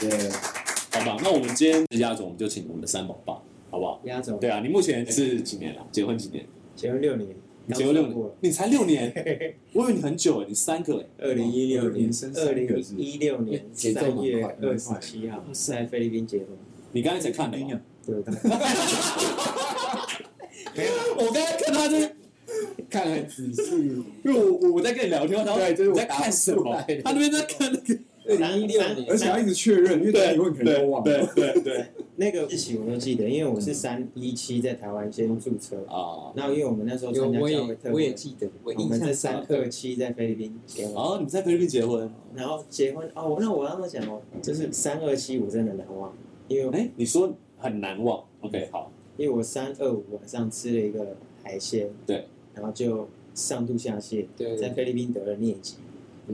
[SPEAKER 3] 对，
[SPEAKER 1] 好不好？那我们今天的压轴，我们就请我们的三宝爸，好不好？
[SPEAKER 4] 压轴，
[SPEAKER 1] 对啊，你目前是几年了？结婚几年？
[SPEAKER 4] 结婚六年，
[SPEAKER 1] 你结婚六
[SPEAKER 4] 刚
[SPEAKER 1] 年
[SPEAKER 4] 过了，，
[SPEAKER 1] 你才六年，我以为你很久哎，你三个哎，
[SPEAKER 4] 二零一六年
[SPEAKER 5] 年生，
[SPEAKER 4] 二
[SPEAKER 5] 三个
[SPEAKER 4] 零
[SPEAKER 5] 是
[SPEAKER 4] 一六年
[SPEAKER 3] 节奏蛮
[SPEAKER 4] 三
[SPEAKER 3] 快
[SPEAKER 4] 月
[SPEAKER 3] 蛮
[SPEAKER 4] 二
[SPEAKER 5] 快
[SPEAKER 4] 十七号是来菲律宾结婚，
[SPEAKER 1] 你刚才才看的
[SPEAKER 5] 哎
[SPEAKER 1] 吗
[SPEAKER 5] 呀？
[SPEAKER 4] 对不对？
[SPEAKER 1] [LAUGHS] 我刚才看他在，
[SPEAKER 3] 看得很仔细。
[SPEAKER 1] 因为我我我在跟你聊天，然后
[SPEAKER 3] 对就
[SPEAKER 1] 你
[SPEAKER 3] 是我
[SPEAKER 1] 在看什么
[SPEAKER 3] 打出来？的
[SPEAKER 1] 他那边在看那个，
[SPEAKER 4] 三
[SPEAKER 2] 二零一六
[SPEAKER 4] 三
[SPEAKER 2] 年
[SPEAKER 5] 而且他一直确认，因为大家
[SPEAKER 1] 对
[SPEAKER 5] 疑问可能都忘了，
[SPEAKER 1] 对对对
[SPEAKER 4] 那个日期我都记得，因为我是三一七在台湾先注册，
[SPEAKER 1] 啊！
[SPEAKER 4] 然后因为我们那时候
[SPEAKER 2] 有
[SPEAKER 4] 参加
[SPEAKER 2] 我
[SPEAKER 4] 教会
[SPEAKER 2] 也
[SPEAKER 4] 特
[SPEAKER 2] 我也
[SPEAKER 4] 会，
[SPEAKER 2] 记得，我
[SPEAKER 4] 我
[SPEAKER 2] 印
[SPEAKER 4] 们
[SPEAKER 2] 象
[SPEAKER 4] 在三
[SPEAKER 2] 深刻
[SPEAKER 4] 二七在菲律宾结婚。
[SPEAKER 1] 哦，你在菲律宾结婚？
[SPEAKER 4] 然后结婚哦，那我刚刚讲哦，就是三二七我真的难忘，因为
[SPEAKER 1] 哎，你说很难忘。OK，好，
[SPEAKER 4] 因为我三二五晚上吃了一个海鲜，
[SPEAKER 1] 对，
[SPEAKER 4] 然后就上吐下泻，
[SPEAKER 2] 对
[SPEAKER 4] 在菲律宾得了疟疾，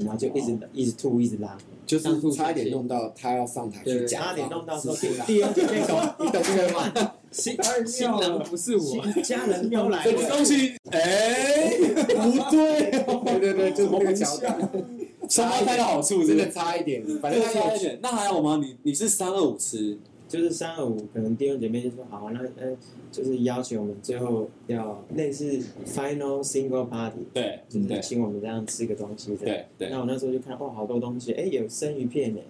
[SPEAKER 4] 然后就一直一直吐一直拉，
[SPEAKER 3] 就是差一点弄到他要上台去
[SPEAKER 2] 对
[SPEAKER 3] 讲话，
[SPEAKER 4] 差点弄到
[SPEAKER 3] 是
[SPEAKER 4] 说
[SPEAKER 3] 不是
[SPEAKER 4] 第二天就
[SPEAKER 3] [LAUGHS]
[SPEAKER 4] 说
[SPEAKER 3] 你懂这个吗？
[SPEAKER 4] 新新
[SPEAKER 2] 新郎
[SPEAKER 4] 郎
[SPEAKER 2] 不是我，
[SPEAKER 4] 新家 [LAUGHS] 人要来
[SPEAKER 1] 这个
[SPEAKER 4] 了，
[SPEAKER 1] 东西，哎，不对，
[SPEAKER 3] 对对对，就是那个桥段，
[SPEAKER 1] 双胞胎的好处
[SPEAKER 3] 真
[SPEAKER 1] 真
[SPEAKER 3] 的
[SPEAKER 1] 的。
[SPEAKER 3] 差一点，
[SPEAKER 1] 反
[SPEAKER 3] 反正
[SPEAKER 1] 正
[SPEAKER 3] 他
[SPEAKER 1] 差
[SPEAKER 3] 有
[SPEAKER 1] 一
[SPEAKER 3] 趣。
[SPEAKER 1] 点，那还好吗？你你是三二五吃，
[SPEAKER 4] 就是三二五，可能弟兄姐妹就说好，那呃就是邀请我们最后要类似 final single party，
[SPEAKER 1] 对
[SPEAKER 4] 就是
[SPEAKER 1] 对
[SPEAKER 4] 请我们这样吃个东西这样。
[SPEAKER 1] 对对，
[SPEAKER 4] 那我那时候就看哦，好多东西，哎，有生鱼片呢，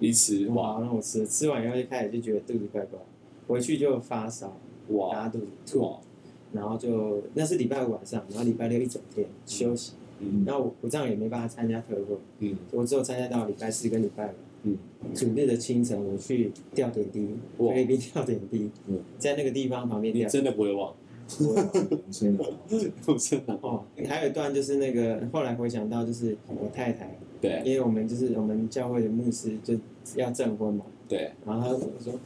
[SPEAKER 1] 一吃哇
[SPEAKER 4] 哇，那我吃，吃完以后就开始就觉得肚子怪怪，回去就发烧，
[SPEAKER 1] 哇
[SPEAKER 4] 拉肚子吐，
[SPEAKER 1] 哇，
[SPEAKER 4] 然后就那是礼拜五晚上，然后礼拜六一整天休息，
[SPEAKER 1] 嗯
[SPEAKER 4] 然后我我这样也没办法参加特会，
[SPEAKER 1] 嗯
[SPEAKER 4] 我只有参加到礼拜四跟礼拜五。
[SPEAKER 1] 嗯，
[SPEAKER 4] 主日的清晨我去吊点滴，
[SPEAKER 1] 哇
[SPEAKER 4] 菲律宾吊点滴
[SPEAKER 3] 嗯，
[SPEAKER 4] 在那个地方旁边
[SPEAKER 1] 你
[SPEAKER 4] 吊。
[SPEAKER 1] 真的不会 [LAUGHS] 忘，
[SPEAKER 4] 我
[SPEAKER 5] 所以呢，
[SPEAKER 1] 我真的
[SPEAKER 4] 哦，还有一段就是那个后来回想到就是我太太，
[SPEAKER 1] 对
[SPEAKER 4] 因为我们就是我们教会的牧师就要证婚嘛，
[SPEAKER 1] 对，
[SPEAKER 4] 然后他跟我说：“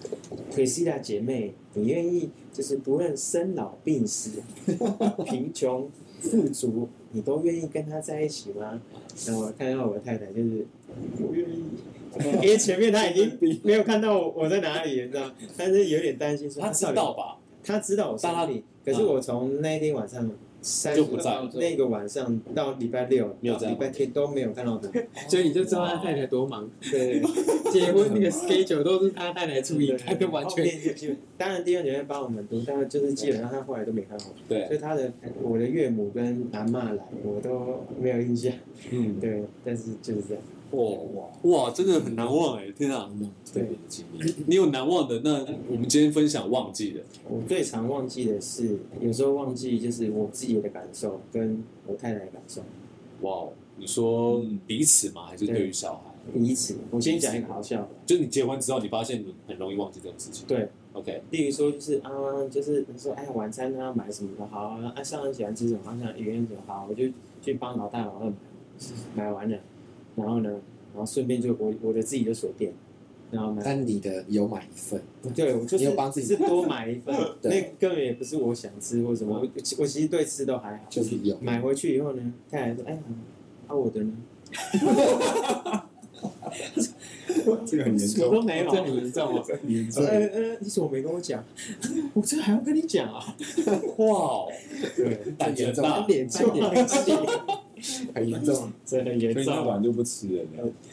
[SPEAKER 4] 可惜啦，姐妹，你愿意就是不论生老病 [LAUGHS] 死、贫穷富足，你都愿意跟他在一起吗？”然后我看到我太太就是不愿意，因为前面他已经没有看到我我在哪里，你知道吗，但是有点担心说
[SPEAKER 1] 他知
[SPEAKER 4] 到底
[SPEAKER 1] 道吧？
[SPEAKER 4] 他知道我生病，可是我从那一天晚上三
[SPEAKER 1] 就不在了
[SPEAKER 4] 那个晚上到礼拜六
[SPEAKER 1] 没有
[SPEAKER 4] 到
[SPEAKER 1] 在
[SPEAKER 4] 礼拜天都没有看 [LAUGHS] 到他，
[SPEAKER 2] 所以你就知道他太太多忙，
[SPEAKER 4] 对。
[SPEAKER 2] 结婚那个 schedule 都是他太太处理，他就
[SPEAKER 4] 哦
[SPEAKER 2] 完全。
[SPEAKER 4] 全。当然，弟兄姐妹帮我们读，但是就是基本上他后来都没看过，所
[SPEAKER 1] 对，
[SPEAKER 4] 以他的我的岳母跟阿嬷来，我都没有
[SPEAKER 2] [LAUGHS]
[SPEAKER 4] 印象。
[SPEAKER 1] 嗯，
[SPEAKER 4] 对，但是就是这样。
[SPEAKER 1] 哇哇哇，真的很难忘哎，天啊！
[SPEAKER 5] 特别的经历，
[SPEAKER 1] 你有难忘的？那我们今天分享忘记的，
[SPEAKER 4] 我最常忘记的是，有时候忘记就是我自己的感受跟我太太的感受。
[SPEAKER 1] 哇哦，你说
[SPEAKER 5] 嗯
[SPEAKER 1] 彼此吗？还是对于小孩？
[SPEAKER 4] 彼此，我先讲一个好笑的，
[SPEAKER 1] 就是你结婚之后，你发现你很容易忘记这种事情。
[SPEAKER 4] 对
[SPEAKER 1] ，OK，
[SPEAKER 4] 例如说就是啊，就是你说哎，晚餐他要买什么的好啊，啊，上人喜欢吃什么，他想喜欢什么好，我就去帮老大老二买，买完了，然后呢，然后顺便就我我的自己就锁店，然后买
[SPEAKER 3] 但你的有买一份，
[SPEAKER 4] 对，我就
[SPEAKER 3] 你
[SPEAKER 4] 是
[SPEAKER 3] 有帮自己
[SPEAKER 4] 只是多买一份，
[SPEAKER 3] [LAUGHS]
[SPEAKER 4] 那
[SPEAKER 3] 对
[SPEAKER 4] 根本也不是我想吃或什么，我我其我其实对吃都还好。
[SPEAKER 3] 就是有
[SPEAKER 4] 买回去以后呢，太太说：“哎呀，啊我的呢？
[SPEAKER 5] 这个很严
[SPEAKER 4] 我
[SPEAKER 5] 重，
[SPEAKER 4] 都没有。”
[SPEAKER 2] 这很严重
[SPEAKER 4] [LAUGHS]
[SPEAKER 2] 哦，
[SPEAKER 5] 严
[SPEAKER 4] 呃
[SPEAKER 5] 重。
[SPEAKER 4] 呃，你怎么没跟我讲？我这还要跟你讲啊？
[SPEAKER 1] 哇哦，
[SPEAKER 4] 对，
[SPEAKER 1] 胆子很大，
[SPEAKER 3] 脸
[SPEAKER 4] 这很 [LAUGHS]
[SPEAKER 3] 很严重，
[SPEAKER 4] 这很严
[SPEAKER 5] 所以那
[SPEAKER 4] 重，啊
[SPEAKER 5] 碗就不吃了，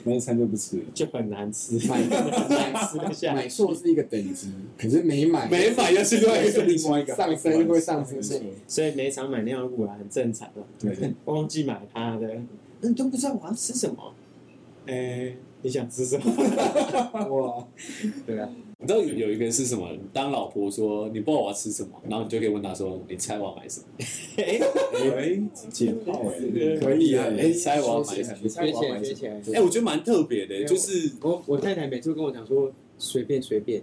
[SPEAKER 5] 那一餐就不吃了。
[SPEAKER 4] 就很难吃，
[SPEAKER 3] 买
[SPEAKER 4] 很难吃得下。
[SPEAKER 3] 买错是一个等级，可是没买
[SPEAKER 1] 没买又是另外一
[SPEAKER 3] 是
[SPEAKER 1] 个。
[SPEAKER 3] 另外一个上升会上升
[SPEAKER 5] 没
[SPEAKER 3] 是
[SPEAKER 5] 错，
[SPEAKER 4] 所以每场买尿尿布啊，很正常啊。
[SPEAKER 5] 对，
[SPEAKER 4] 忘记买它的，那你都不知道我要吃什么。哎，你想吃什么？
[SPEAKER 3] 哇，
[SPEAKER 4] 对啊，
[SPEAKER 1] 你知道有有一个是什么？当老婆说你不知道我要吃什么，然后你就可以问她说：“你猜我要买什么
[SPEAKER 4] 哎，
[SPEAKER 5] 哎，解泡哎，
[SPEAKER 3] 可以啊，哎，
[SPEAKER 1] 你猜我要买什么
[SPEAKER 5] 你猜
[SPEAKER 2] 学
[SPEAKER 5] 我
[SPEAKER 2] 起
[SPEAKER 5] 要
[SPEAKER 2] 来，
[SPEAKER 5] 买
[SPEAKER 2] 学
[SPEAKER 5] 什么？
[SPEAKER 2] 起来。？”
[SPEAKER 1] 哎，我觉得蛮特别的，
[SPEAKER 2] 有
[SPEAKER 1] 就是
[SPEAKER 2] 我我太太每次跟我讲说随便随便，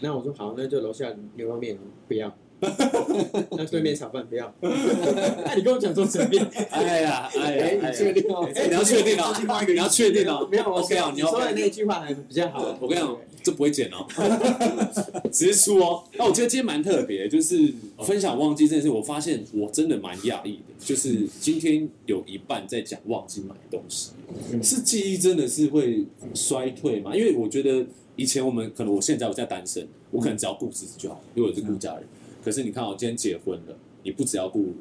[SPEAKER 2] 那我说好，那就楼下牛肉面哦不要， [LAUGHS] 那对面炒饭不要， [LAUGHS] 那你跟我讲说随便，
[SPEAKER 1] 哎呀哎
[SPEAKER 3] 哎，
[SPEAKER 1] 呀，哎
[SPEAKER 3] 你
[SPEAKER 1] 呀
[SPEAKER 3] 确定哦？
[SPEAKER 1] 哎你要确定啊，你要确定啊。
[SPEAKER 2] 没有我
[SPEAKER 1] OK 啊，你要
[SPEAKER 2] 说的那一句话还比较好，
[SPEAKER 1] 我跟你讲，这不会剪哦， [LAUGHS] 直接出哦。那我觉得今天蛮特别，就是分享忘记这件事，我发现我真的蛮讶异的，就是今天有一半在讲忘记买东西，
[SPEAKER 4] 嗯
[SPEAKER 1] 是记忆真的是会衰退吗？因为我觉得以前我们可能我现在我在单身，我可能只要顾自己就好，因为我是顾家人。可是你看，我哦今天结婚了，你不只要顾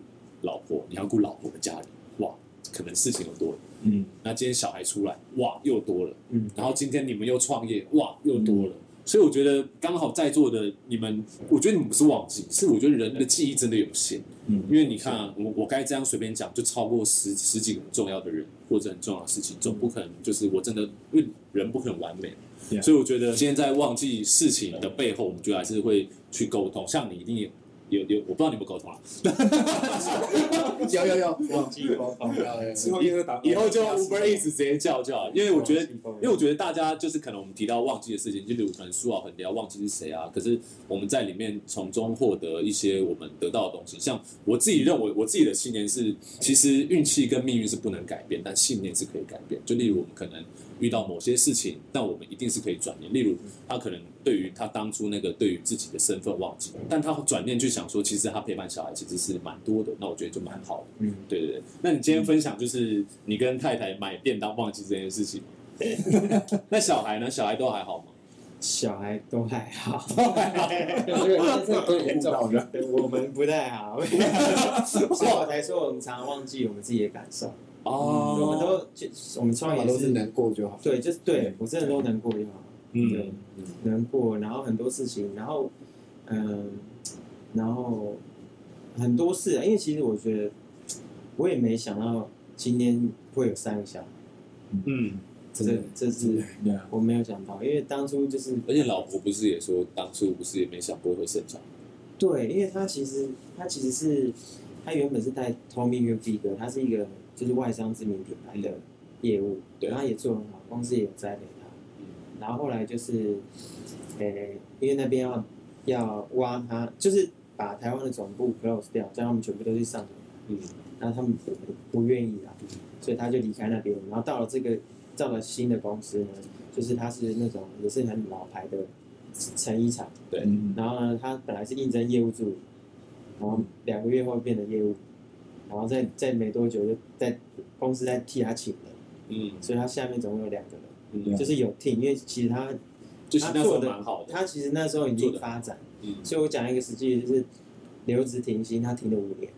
[SPEAKER 1] 老婆，你还要顾老婆的家人，哇，可能事情又多了。
[SPEAKER 5] 嗯，
[SPEAKER 1] 那今天小孩出来，哇，又多了。
[SPEAKER 4] 嗯，
[SPEAKER 1] 然后今天你们又创业，哇，又多了。所以我觉得刚好在座的你们，我觉得你们不是忘记，是我觉得人的记忆真的有限。
[SPEAKER 5] 嗯
[SPEAKER 1] 因为你看、啊，我我该这样随便讲，就超过十十几个很重要的人或者很重要的事情，总不可能就是我真的，因为人不可能完美。
[SPEAKER 5] Yeah
[SPEAKER 1] 所以我觉得今天在忘记事情的背后，我们觉得还是会去沟通。像你一定有有有，我不知道你们沟通了，啊
[SPEAKER 3] 有有有，
[SPEAKER 4] [LAUGHS] 忘记包包。
[SPEAKER 5] 之后又打
[SPEAKER 1] 以后就 Uber Eats 直接叫就好，因为我觉得因为
[SPEAKER 4] 为
[SPEAKER 1] 我觉得大家就是可能我们提到忘记的事情，就例如可能苏老很聊忘记是谁啊，可是我们在里面从中获得一些我们得到的东西。像我自己认为，我自己的信念是，其实运气跟命运是不能改变，但信念是可以改变。就例如我们可能遇到某些事情，但我们一定是可以转念。例如，他可能对于他当初那个对于自己的身份忘记，但他转念去想说，其实他陪伴小孩其实是蛮多的，那我觉得就蛮好的。
[SPEAKER 4] 嗯，
[SPEAKER 1] 对对对。那你今天分享就是你跟太太买便当忘记这件事情，那小孩呢？小孩都还好吗？
[SPEAKER 4] 小孩都还好，
[SPEAKER 2] 这个这个更严重。
[SPEAKER 5] 到的，
[SPEAKER 4] [LAUGHS] 对我们不太好，所以我才说我们常常忘记我们自己的感受，
[SPEAKER 1] 哦，
[SPEAKER 4] 我们都就我们创
[SPEAKER 3] 干嘛
[SPEAKER 4] 业
[SPEAKER 3] 都是
[SPEAKER 4] 是，
[SPEAKER 3] 难过就好。
[SPEAKER 4] 对，就是对我真的都能过就好，对
[SPEAKER 1] 嗯，
[SPEAKER 4] 能过，然后很多事情，然后嗯，然后很多事啊，因为其实我觉得我也没想到今天会有三个小孩，
[SPEAKER 1] 嗯，
[SPEAKER 3] 真
[SPEAKER 4] 这
[SPEAKER 3] 的，
[SPEAKER 4] 这是
[SPEAKER 5] 对啊，
[SPEAKER 4] 我没有想到，因为当初就是
[SPEAKER 1] 而且老婆不是也说，当初不是也没想过会生小孩？
[SPEAKER 4] 对，因为他其实他其实是他原本是在 Tommy Hilfiger，他是一个就是外商知名品牌的业务，
[SPEAKER 1] 对
[SPEAKER 4] 然后他也做得很好，公司也有栽培他，
[SPEAKER 1] 嗯
[SPEAKER 4] 然后后来就是，呃，因为那边要要挖他，就是把台湾的总部 close 掉，叫他们全部都去上海，
[SPEAKER 1] 嗯
[SPEAKER 4] 然后他们不不愿意啊，所以他就离开那边，然后到了这个到了新的公司呢，就是他是那种也是很老牌的成衣厂。
[SPEAKER 5] 嗯，
[SPEAKER 4] 然后呢，他本来是应征业务助理，然后两个月后变成业务，然后再再没多久就在公司在替他请人，
[SPEAKER 1] 嗯
[SPEAKER 4] 所以他下面总共有两个人，
[SPEAKER 1] 嗯，
[SPEAKER 4] 就是有 team，因为其实他
[SPEAKER 1] 就是那时
[SPEAKER 4] 做
[SPEAKER 1] 候
[SPEAKER 4] 的
[SPEAKER 1] 蛮好的，
[SPEAKER 4] 他其实那时候已
[SPEAKER 1] 做
[SPEAKER 4] 经
[SPEAKER 1] 得
[SPEAKER 4] 发展，
[SPEAKER 1] 嗯
[SPEAKER 4] 所以我讲一个实际的就是留职停薪，他停了五年，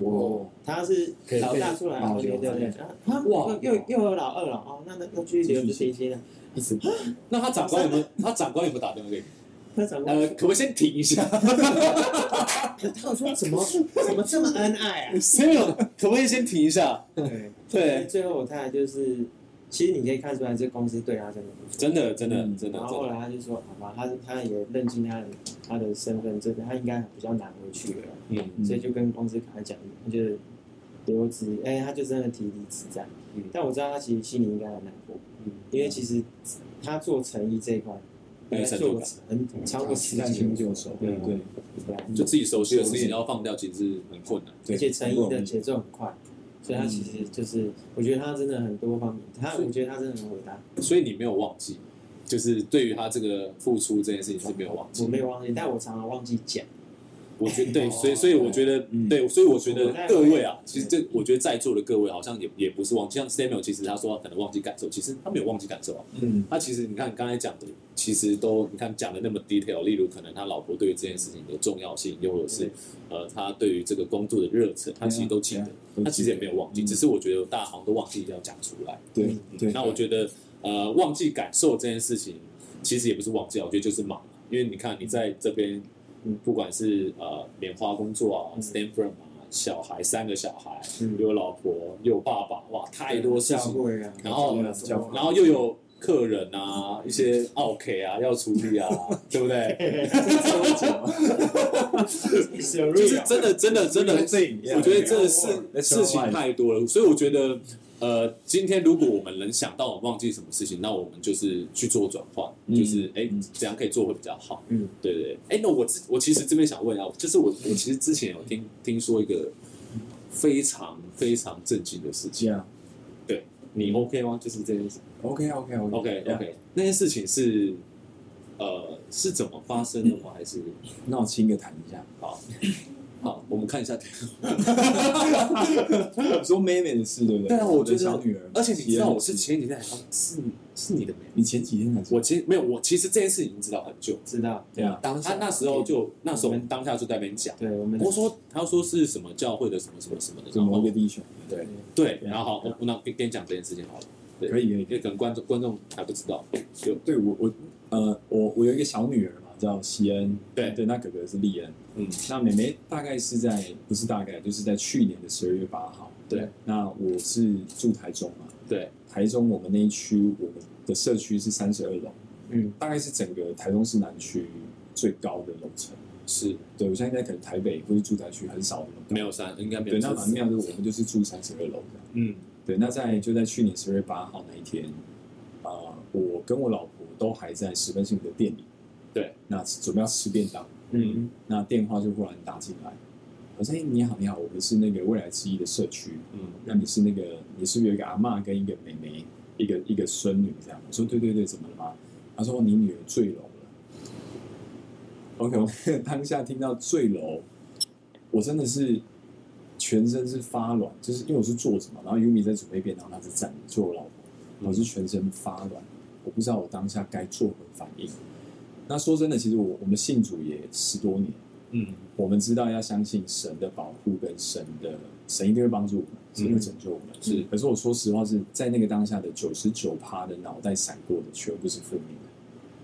[SPEAKER 3] 我
[SPEAKER 4] 他是
[SPEAKER 3] 可以
[SPEAKER 4] 老大出来
[SPEAKER 3] 保
[SPEAKER 4] 熬夜，
[SPEAKER 3] 留
[SPEAKER 4] 对不对？啊，他
[SPEAKER 1] 哦哇
[SPEAKER 4] 又又又有老二了哦，那那那继续留职停薪了，
[SPEAKER 3] 一直
[SPEAKER 1] 那他长官有没有？他长官有没有打电话给你？
[SPEAKER 4] 那长官
[SPEAKER 1] 呃，可不可以先停一下？
[SPEAKER 4] 他有说怎么怎么这么恩爱啊？
[SPEAKER 1] 谁有？可不可以先停一下？
[SPEAKER 4] 对。所以
[SPEAKER 1] [LAUGHS] 对，
[SPEAKER 4] 最后我太太就是，其实你可以看出来，这公司对他真的不错。
[SPEAKER 1] 真的，真的，
[SPEAKER 5] 嗯
[SPEAKER 1] 真的，
[SPEAKER 4] 然
[SPEAKER 1] 真
[SPEAKER 4] 后后
[SPEAKER 1] 的，
[SPEAKER 4] 来他就说，好吧，他他也认清他的他的身份，真的他应该比较难回去了，
[SPEAKER 1] 嗯
[SPEAKER 5] 嗯
[SPEAKER 4] 所以就跟公司赶快讲，他就是留职，哎、他就真的提离职这样。
[SPEAKER 1] 嗯
[SPEAKER 4] 但我知道他其实心里应该很难过，
[SPEAKER 1] 嗯
[SPEAKER 4] 因为其实他做成衣这一块，
[SPEAKER 1] 没有
[SPEAKER 4] 他
[SPEAKER 1] 成
[SPEAKER 4] 做
[SPEAKER 1] 就
[SPEAKER 4] 了
[SPEAKER 1] 感嗯
[SPEAKER 4] 很超过十
[SPEAKER 5] 驾
[SPEAKER 4] 几
[SPEAKER 5] 轻
[SPEAKER 4] 年，
[SPEAKER 5] 就熟，
[SPEAKER 4] 对
[SPEAKER 3] 嗯
[SPEAKER 5] 对，
[SPEAKER 4] 对啊
[SPEAKER 1] 就自己熟悉的事情要放掉，其实很困难。
[SPEAKER 5] 对
[SPEAKER 4] 而且成衣的节奏很快，所以他其
[SPEAKER 1] 嗯
[SPEAKER 4] 实就是，我觉得他真的很多方面，他我觉得他真的很伟大。
[SPEAKER 1] 所以你没有忘记，就是对于他这个付出这件事情是没有忘
[SPEAKER 4] 我
[SPEAKER 1] 记。
[SPEAKER 4] 没有忘记，但我常常忘记讲。
[SPEAKER 1] 我觉得对，所以所以我觉得
[SPEAKER 5] 哦嗯
[SPEAKER 1] 对，所以我觉得各位啊，其实这我觉得在座的各位好像也也不是忘记，像 Samuel 其实他说他可能忘记感受，其实他没有忘记感受啊。
[SPEAKER 5] 嗯，
[SPEAKER 1] 他其实你看刚才讲的，其实都你看讲的那么 detail，例如可能他老婆对于这件事情的重要性，又或者是呃他对于这个工作的热忱，他其实都记得
[SPEAKER 5] 对啊，对啊
[SPEAKER 1] 他其实也没有忘记，
[SPEAKER 5] 嗯
[SPEAKER 1] 只是我觉得大家好像都忘记要讲出来。
[SPEAKER 3] 嗯
[SPEAKER 5] 对对，
[SPEAKER 1] 那我觉得呃忘记感受这件事情，其实也不是忘记啊，我觉得就是忙，因为你看你在这边，
[SPEAKER 4] 嗯
[SPEAKER 1] 不管是呃棉花工作啊、
[SPEAKER 4] 嗯
[SPEAKER 1] s t a n f o r d 啊，小孩三个小孩，
[SPEAKER 4] 嗯
[SPEAKER 1] 有老婆，有爸爸，哇，太多事
[SPEAKER 4] 教
[SPEAKER 1] 情
[SPEAKER 4] 会啊，
[SPEAKER 1] 然后
[SPEAKER 3] 教会
[SPEAKER 1] 然后又有客人啊，一些 OK 啊要处理啊，对不对？啊就是真的真的真的，我觉得真的是
[SPEAKER 5] That's
[SPEAKER 1] 事情
[SPEAKER 5] right
[SPEAKER 1] 太多了，所以我觉得呃，今天如果我们能想到我忘记什么事情，那我们就是去做转换，
[SPEAKER 5] 嗯
[SPEAKER 1] 就是哎
[SPEAKER 5] 嗯
[SPEAKER 1] 怎样可以做会比较好。
[SPEAKER 4] 嗯，
[SPEAKER 1] 对对。对哎，那我自我其实这边想问一下，啊就是我我其实之前有听听说一个非常非常震惊的事
[SPEAKER 5] 这
[SPEAKER 1] 情，
[SPEAKER 5] 样嗯
[SPEAKER 1] 你 OK 吗？就是这件事情。
[SPEAKER 5] ，OK OK OK
[SPEAKER 1] OK OK，那件事情是呃是怎么发生的吗？还是
[SPEAKER 5] 那我亲个谈一下，
[SPEAKER 1] 好好，我们看一下。
[SPEAKER 5] 你说妹妹的事对不对？
[SPEAKER 1] 对啊我觉得
[SPEAKER 5] 的小女儿，
[SPEAKER 1] 而且你知道我是
[SPEAKER 5] 前，
[SPEAKER 1] 前几天还看是是你的没？
[SPEAKER 5] 你前几天才知道
[SPEAKER 1] 我其实没有，我其实这件事已经知道很久。
[SPEAKER 4] 知道，
[SPEAKER 5] 对啊，
[SPEAKER 3] 当
[SPEAKER 1] 他
[SPEAKER 3] 下
[SPEAKER 1] 那时候就那时候
[SPEAKER 5] 嗯
[SPEAKER 1] 当下就在那边讲，
[SPEAKER 4] 对我们
[SPEAKER 1] 我说他说是什么教会的什么什么什么的，
[SPEAKER 5] 怎
[SPEAKER 1] 然
[SPEAKER 5] 嗯么
[SPEAKER 1] 后
[SPEAKER 5] 一个弟兄？
[SPEAKER 3] 对
[SPEAKER 1] 对，然后好，我那跟跟你讲这件事情好了，对
[SPEAKER 5] 可以可以
[SPEAKER 1] 因。为可能观众观众还不知道，就
[SPEAKER 5] 对我我呃我我有一个小女儿嘛，叫西恩，
[SPEAKER 1] 对
[SPEAKER 5] 对，那哥哥是利恩，
[SPEAKER 1] 嗯，
[SPEAKER 5] 那妹妹大概是在不是大概就是在去年的十二月八号，
[SPEAKER 1] 对，
[SPEAKER 5] 那我是住台中嘛，
[SPEAKER 1] 对，
[SPEAKER 5] 台中我们那一区我们的社区是三十二楼，
[SPEAKER 4] 嗯，
[SPEAKER 5] 大概是整个台中市南区最高的楼层，
[SPEAKER 1] 是
[SPEAKER 5] 对我相信在可能台北或者住宅区很少的楼高，
[SPEAKER 1] 没有删，应该没有
[SPEAKER 5] 对，那
[SPEAKER 1] 删，
[SPEAKER 5] 蛮妙的，我们就是住三十二楼的，
[SPEAKER 1] 嗯
[SPEAKER 5] 对，那在就在去年十月八号那一天，呃，我跟我老婆都还在十分幸福的店里，
[SPEAKER 1] 对，
[SPEAKER 5] 那准备要吃便当，
[SPEAKER 1] 嗯
[SPEAKER 5] 那电话就忽然打进来，我说：“哎、你好，你好，我们是那个未来之一的社区，
[SPEAKER 1] 嗯
[SPEAKER 5] 那你是那个你是不是有一个阿嬷跟一个妹妹，一个一个孙女这样。我说对对对，怎么了吗？他说哦你女儿坠楼了。OK，我 [LAUGHS] 当下听到坠楼，我真的是全身是发软，就是因为我是坐着嘛，然后优米在准备便当，她是站着，就我老婆，我是全身发软，我不知道我当下该做何反应。那说真的，其实我我们信主也十多年，
[SPEAKER 1] 嗯
[SPEAKER 5] 我们知道要相信神的保护跟神的神一定会帮助我们，神会拯救我们。
[SPEAKER 1] 是
[SPEAKER 5] 可是我说实话是在那个当下的九十九趴的脑袋闪过的全部是负面的，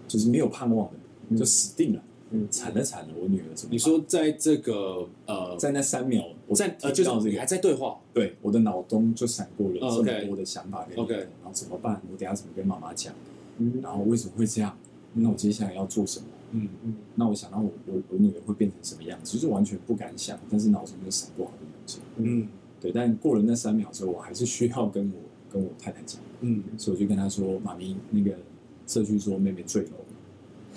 [SPEAKER 5] 就是没有盼望的，就死定了，
[SPEAKER 4] 嗯
[SPEAKER 5] 惨了惨了，我女儿怎么办？
[SPEAKER 1] 你说在这个呃，
[SPEAKER 5] 在那三秒，我
[SPEAKER 1] 在呃，就
[SPEAKER 5] 听到
[SPEAKER 1] 是
[SPEAKER 5] 这
[SPEAKER 1] 你
[SPEAKER 5] 个
[SPEAKER 1] 还，在对话，
[SPEAKER 5] 对我的脑中就闪过了
[SPEAKER 1] 哦
[SPEAKER 5] 这么
[SPEAKER 1] OK
[SPEAKER 5] 多的想法跟
[SPEAKER 1] 哦 OK
[SPEAKER 5] 念头然后怎么办？我等一下怎么跟妈妈讲？
[SPEAKER 4] 嗯
[SPEAKER 5] 然后为什么会这样？那我接下来要做什么？
[SPEAKER 1] 嗯
[SPEAKER 4] 嗯，
[SPEAKER 5] 那我想到我我我女儿会变成什么样子，就是完全不敢想，但是脑中就闪过好多东西。
[SPEAKER 1] 嗯
[SPEAKER 5] 对，但过了那三秒之后，我还是需要跟我跟我太太讲，
[SPEAKER 1] 嗯
[SPEAKER 5] 所以我就跟她说：“妈咪，那个社区说妹妹坠楼了。”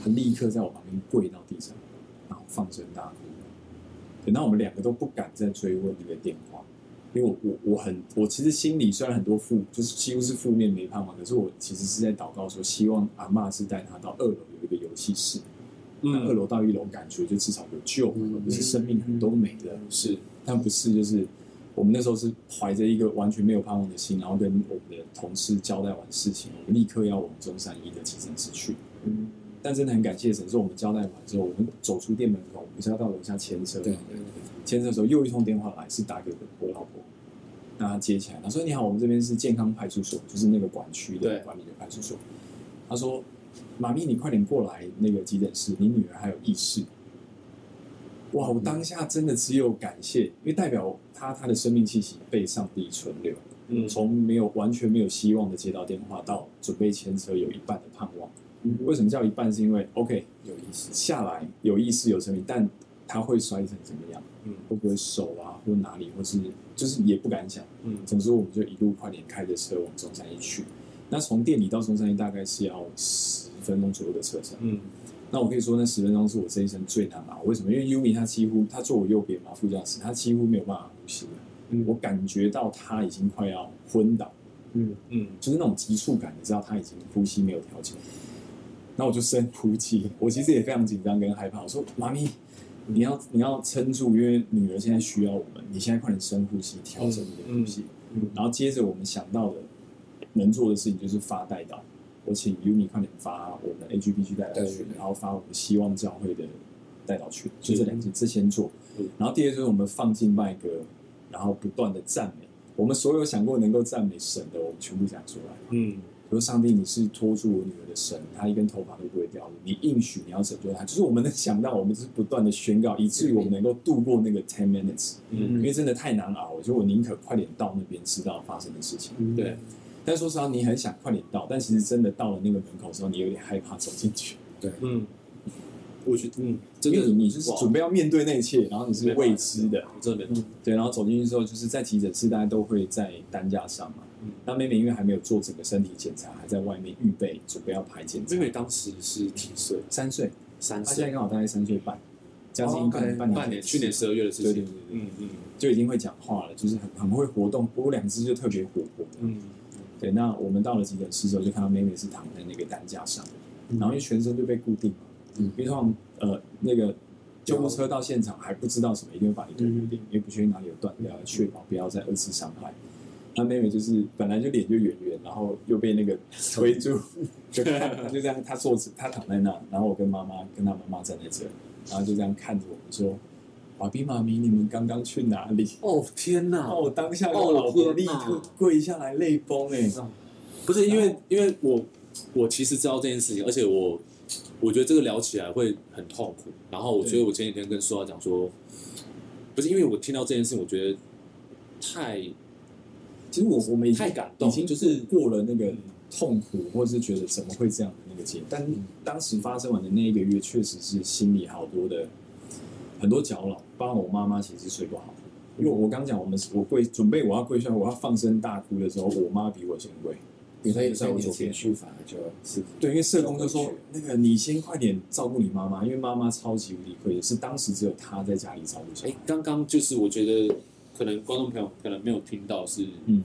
[SPEAKER 5] 她立刻在我旁边跪到地上，然后放声大哭。对，那我们两个都不敢再追问那个电话，因为我我我很我其实心里虽然很多负，就是几乎是负面没盼望，可是我其实是在祷告说，希望阿嬷是带她到二楼有一个游戏室，那二
[SPEAKER 1] 嗯，
[SPEAKER 5] 楼到一楼感觉就至少有救，
[SPEAKER 3] 嗯
[SPEAKER 5] 而不是生命很多没了。
[SPEAKER 1] 是
[SPEAKER 5] 但不是，就是我们那时候是怀着一个完全没有盼望的心，然后跟我们的同事交代完事情，我们立刻要往中山一的急诊室去。
[SPEAKER 4] 嗯
[SPEAKER 5] 但真的很感谢神，是我们交代完之后，我们走出店门口，我们是要到楼下牵车。
[SPEAKER 3] 对
[SPEAKER 5] 牵车的时候又一通电话来，是打给我我老婆，那她接起来，她说：“你好，我们这边是健康派出所，就是那个管区的
[SPEAKER 1] 对
[SPEAKER 5] 管理的派出所。”她说：“妈咪，你快点过来那个急诊室，你女儿还有意识。”哇！我当下真的只有感谢，因为代表她她的生命气息被上帝存留，
[SPEAKER 1] 嗯
[SPEAKER 5] 从没有完全没有希望的接到电话到准备牵车，有一半的盼望。为什么叫一半？是因为 OK
[SPEAKER 3] 有意思。
[SPEAKER 5] 下来有意识有生命，但它会摔成怎么样？
[SPEAKER 1] 嗯
[SPEAKER 5] 会不会手啊，或哪里，或是就是也不敢想。
[SPEAKER 1] 嗯
[SPEAKER 5] 总之我们就一路快点开着车往中山一去。那从店里到中山一大概是要十分钟左右的车程。
[SPEAKER 1] 嗯
[SPEAKER 5] 那我可以说，那十分钟是我这一生最难熬。为什么？因为 Yumi 他几乎他坐我右边嘛，副驾驶，他几乎没有办法呼吸了。
[SPEAKER 4] 嗯
[SPEAKER 5] 我感觉到他已经快要昏倒，
[SPEAKER 4] 嗯
[SPEAKER 1] 嗯
[SPEAKER 5] 就是那种急促感，你知道他已经呼吸没有调节，那我就深呼气。我其实也非常紧张跟害怕，我说：“妈咪，你要你要撑住，因为女儿现在需要我们，你现在快点深呼吸，调整你的呼吸。
[SPEAKER 4] 嗯
[SPEAKER 5] 然后接着我们想到的能做的事情就是发带祷，我请 Uni 快点发我们 AGPG 带祷
[SPEAKER 3] 对，
[SPEAKER 5] 群然后发我们希望教会的带祷群，就是这两件，这先做
[SPEAKER 1] 嗯。
[SPEAKER 5] 然后第二就是我们放进麦歌，然后不断的赞美，我们所有想过能够赞美神的，我们全部讲出来。
[SPEAKER 1] 嗯
[SPEAKER 5] 比如上帝，你是拖住我女儿的神，她一根头发都不会掉的。你应许你要拯救她，就是我们能想到，我们就是不断的宣告，以至于我们能够度过那个 ten minutes，
[SPEAKER 1] 嗯
[SPEAKER 5] 因为真的太难熬了，所以我宁可快点到那边知道发生的事情。
[SPEAKER 4] 嗯
[SPEAKER 1] 对，
[SPEAKER 5] 但说实话，你很想快点到，但其实真的到了那个门口之后，你有点害怕走进去，
[SPEAKER 1] 嗯，我觉得嗯，
[SPEAKER 5] 因
[SPEAKER 1] 真的
[SPEAKER 5] 为你就是
[SPEAKER 1] 哇
[SPEAKER 5] 准备要面对那一切，然后你是未知的，
[SPEAKER 1] 我真的没办法
[SPEAKER 5] 对，然后走进去之后，就是在急诊室，大家都会在担架上嘛。
[SPEAKER 1] 嗯
[SPEAKER 5] 那妹妹因为还没有做整个身体检查，还在外面预备准备要排检查
[SPEAKER 1] 妹，妹当时是几岁？
[SPEAKER 5] 三岁。
[SPEAKER 1] 三
[SPEAKER 5] 他现在
[SPEAKER 1] 岁，
[SPEAKER 5] 刚好大概三岁半，将近半年、
[SPEAKER 3] 哦
[SPEAKER 5] 半年，
[SPEAKER 1] 半年，去年十二月的事
[SPEAKER 5] 对对对
[SPEAKER 1] 情。
[SPEAKER 5] 对，
[SPEAKER 1] 嗯嗯
[SPEAKER 5] 就已经会讲话了，就是很很会活动，不过两只就特别活泼。
[SPEAKER 1] 嗯
[SPEAKER 5] 对，那我们到了急诊室之后，就看到妹妹是躺在那个担架上，然后因为全身就被固定嘛，
[SPEAKER 3] 嗯
[SPEAKER 5] 因为通常呃那个救护车到现场还不知道什么，一定会把你推固定，因为不确定哪里有断掉，确保不要再二次伤害。那妹妹就是本来就脸就圆圆，然后又被那个推住，就看就这样，她坐着，她躺在那，然后我跟妈妈跟她妈妈站在这，然后就这样看着我们说：“爸比妈咪，你们刚刚去哪里？”
[SPEAKER 1] 哦天哪
[SPEAKER 5] 然后我当下跟我老婆立刻跪下来泪崩哎、
[SPEAKER 1] 不是因为，因为我我其实知道这件事情，而且我我觉得这个聊起来会很痛苦。然后我
[SPEAKER 5] 对
[SPEAKER 1] 所以，我前几天跟苏浩讲说，不是因为我听到这件事情，我觉得太
[SPEAKER 5] 其实我我们已经
[SPEAKER 1] 太感动
[SPEAKER 5] 已经
[SPEAKER 1] 就是
[SPEAKER 5] 过了那个痛苦，或者是觉得怎么会这样的那个阶段。嗯但当时发生完的那一个月，确实是心里好多的很多搅扰，包括我妈妈其实睡不好。因为我刚讲，我们我跪准备我要跪下，我要放声大哭的时候，我妈比我先跪，
[SPEAKER 3] 你所以
[SPEAKER 5] 在
[SPEAKER 3] 在
[SPEAKER 5] 我
[SPEAKER 3] 我
[SPEAKER 5] 左边
[SPEAKER 3] 情。绪反而就是
[SPEAKER 5] 对，因为社工就说
[SPEAKER 3] 走回去
[SPEAKER 5] 那个你先快点照顾你妈妈，因为妈妈超级无敌愧疚，是当时只有她在家里照顾小
[SPEAKER 1] 哎
[SPEAKER 5] 孩。，
[SPEAKER 1] 刚刚就是我觉得可能观众朋友可能没有听到是，
[SPEAKER 5] 嗯，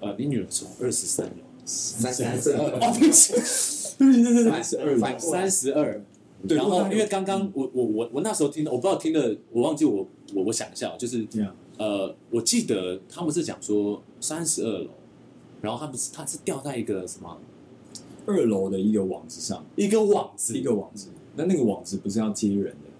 [SPEAKER 1] 呃，你女儿从二十三楼
[SPEAKER 3] 三三四二，
[SPEAKER 1] 哦，对不起，对不起，对对对，
[SPEAKER 5] 三十二楼，
[SPEAKER 1] 三十二。
[SPEAKER 5] 对，
[SPEAKER 1] 然后因为
[SPEAKER 5] 为
[SPEAKER 1] 刚刚我我我我那时候听的，我不知道听的，我忘记我我我想一下，哦就是
[SPEAKER 5] 这样，
[SPEAKER 1] 呃，我记得他们是讲说三十二楼，然后他们是他是吊在一个什么
[SPEAKER 5] 二楼的一个网子上
[SPEAKER 1] 一个网子，
[SPEAKER 5] 是一个网子，那那个网子不是要接人的，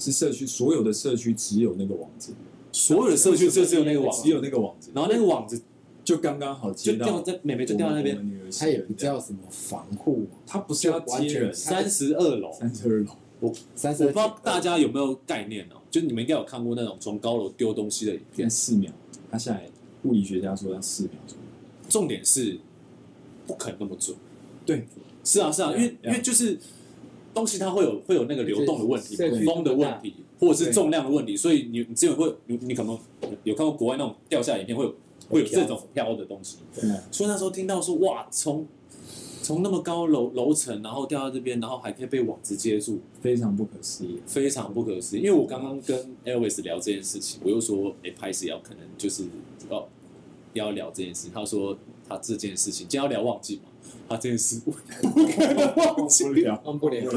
[SPEAKER 5] 是社区所有的社区只有那个网子，
[SPEAKER 1] 所有的社区就只有那个网
[SPEAKER 5] 只，有那个网子，
[SPEAKER 1] 然后那个网子
[SPEAKER 5] 就刚刚好接
[SPEAKER 1] 就
[SPEAKER 5] 到
[SPEAKER 1] 吊在妹妹就吊在那
[SPEAKER 5] 我
[SPEAKER 1] 边，
[SPEAKER 5] 们女儿
[SPEAKER 3] 它
[SPEAKER 5] 是
[SPEAKER 3] 也不叫什么防护网，
[SPEAKER 5] 它不是要接人，
[SPEAKER 3] 它
[SPEAKER 1] 三十二楼。
[SPEAKER 5] 三十二楼，
[SPEAKER 3] 三
[SPEAKER 1] 我
[SPEAKER 3] 十
[SPEAKER 1] 不知道
[SPEAKER 3] 二
[SPEAKER 1] 大家有没有概念哦，就是你们应该有看过那种从高楼丢东西的影
[SPEAKER 5] 现
[SPEAKER 1] 片
[SPEAKER 5] 在。四秒，它下来，物理学家说它四秒钟，
[SPEAKER 1] 重点是不可能那么准。
[SPEAKER 5] 对，
[SPEAKER 1] 是啊，是啊，因为
[SPEAKER 5] Yeah,
[SPEAKER 1] 因为就是东西它会有会有那个流动的问题
[SPEAKER 2] 社区，
[SPEAKER 1] 风的问题，或者是
[SPEAKER 2] 对
[SPEAKER 1] 重量的问题，所以你你只有会你你可能有看过国外那种掉下来影片，会有会有这种飘的东西。
[SPEAKER 5] 对啊，
[SPEAKER 1] 所以那时候听到说哇，从从那么高楼楼层，然后掉到这边，然后还可以被网子接住，
[SPEAKER 5] 非常不可思议。
[SPEAKER 1] 非常不可思议。因为我刚刚跟 Elvis 聊这件事情，我又说，哎、拍死要可能就是要要聊这件事。他说他这件事情，今天要聊忘记嘛，他这件事 [LAUGHS] 我不可能忘记。
[SPEAKER 5] 不了，
[SPEAKER 2] 忘不了。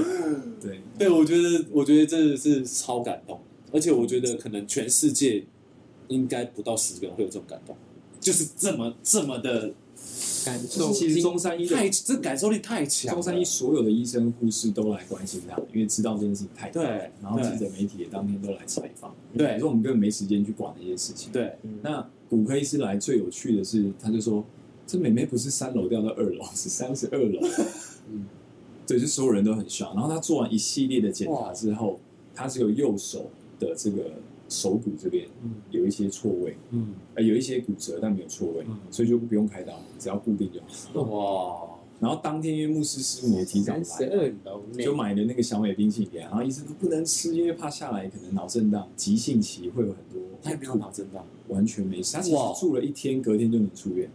[SPEAKER 5] 对，
[SPEAKER 1] 对，我觉得，我觉得真的是超感动，而且我觉得可能全世界应该不到十个人会有这种感动，就是这么这么的
[SPEAKER 2] 感
[SPEAKER 5] 就是
[SPEAKER 2] 受
[SPEAKER 5] 其实
[SPEAKER 2] 经
[SPEAKER 5] 中山医
[SPEAKER 1] 太，
[SPEAKER 5] 的
[SPEAKER 1] 这感受力太强了。
[SPEAKER 5] 中山医所有的医生护士都来关心他，因为知道这件事情太大了
[SPEAKER 1] 对
[SPEAKER 5] 然后
[SPEAKER 1] 对
[SPEAKER 5] 记者媒体也当天都来采访，
[SPEAKER 1] 对
[SPEAKER 5] 可是我们根本没时间去管那些事情。，
[SPEAKER 1] 对，
[SPEAKER 5] 那骨科医师来最有趣的是，他就说这妹妹不是三楼掉到二楼，是三十二楼。
[SPEAKER 3] 嗯
[SPEAKER 5] [LAUGHS] 对，就所有人都很爽。然后他做完一系列的检查之后，他只有右手的这个手骨这边
[SPEAKER 1] 嗯
[SPEAKER 5] 有一些错位，
[SPEAKER 1] 嗯，
[SPEAKER 5] 呃，有一些骨折，但没有错位，
[SPEAKER 1] 嗯
[SPEAKER 5] 所以就不用开刀，只要固定就好。
[SPEAKER 1] 哇，
[SPEAKER 5] 然后当天因为牧师师母也提早 [LAUGHS]
[SPEAKER 2] 三十
[SPEAKER 5] 来，
[SPEAKER 2] 二楼内
[SPEAKER 5] 就买了那个小美冰淇淋，然后医生说不能吃，因为怕下来可能脑震荡、急性期会有很多。
[SPEAKER 1] 他也没有脑震荡，
[SPEAKER 5] 完全没事，他其实
[SPEAKER 1] 哇
[SPEAKER 5] 住了一天，隔天就能出院。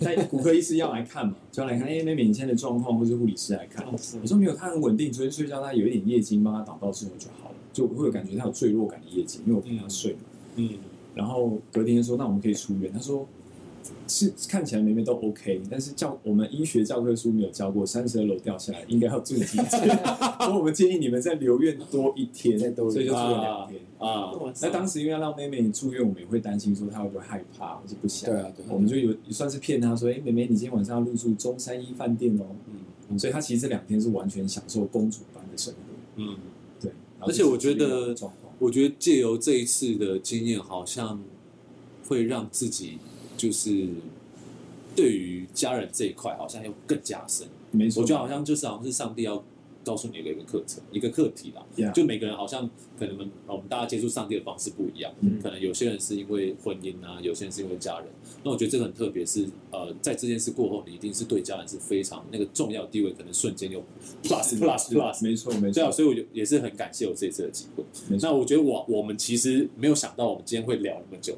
[SPEAKER 5] 但骨科医师要来看嘛，就要来看，哎、妹妹你现在的状况，或是护理师来看。我说没有，他很稳定，昨天睡觉他有一点夜惊，帮他导到之后就好了，就我会有感觉他有坠落感的夜惊，因为我陪他睡嘛。
[SPEAKER 1] 嗯，
[SPEAKER 5] 然后隔天说那我们可以出院，他说是看起来妹妹都 OK，但是教我们医学教科书没有教过，三十二楼掉下来应该要住几天，所以我们建议你们再留院多一天，
[SPEAKER 3] 再多一
[SPEAKER 5] 所
[SPEAKER 3] 天
[SPEAKER 5] 以就住了两天。
[SPEAKER 1] 啊，
[SPEAKER 5] 那当时因为要让妹妹住院，我们也会担心说她会不会害怕，或是不想。
[SPEAKER 3] 对啊对啊
[SPEAKER 5] 我们就有也算是骗她说，哎、妹妹，你今天晚上要入住中山一饭店哦。
[SPEAKER 1] 嗯
[SPEAKER 5] 所以她其实这两天是完全享受公主般的生活。
[SPEAKER 1] 嗯，
[SPEAKER 5] 对，然后
[SPEAKER 1] 而且我觉得
[SPEAKER 5] 状况，
[SPEAKER 1] 我觉得借由这一次的经验，好像会让自己就是对于家人这一块，好像又更加深。
[SPEAKER 5] 没错，
[SPEAKER 1] 我觉得好像就是好像是上帝要告诉你的一个课程，一个课题啦。
[SPEAKER 5] Yeah
[SPEAKER 1] 就每个人好像可能我们大家接触上帝的方式不一样，
[SPEAKER 5] 嗯
[SPEAKER 1] 可能有些人是因为婚姻啊，有些人是因为家人。那我觉得这个很特别是，呃，在这件事过后，你一定是对家人是非常那个重要地位，可能瞬间又 plus
[SPEAKER 5] 是
[SPEAKER 1] plus
[SPEAKER 5] 是
[SPEAKER 1] plus。
[SPEAKER 5] 没错没
[SPEAKER 1] 对啊，
[SPEAKER 5] 错。
[SPEAKER 1] 所以我就也是很感谢有这次的机会。
[SPEAKER 5] 没
[SPEAKER 1] 那
[SPEAKER 5] 错
[SPEAKER 1] 我觉得我我们其实没有想到我们今天会聊那么久，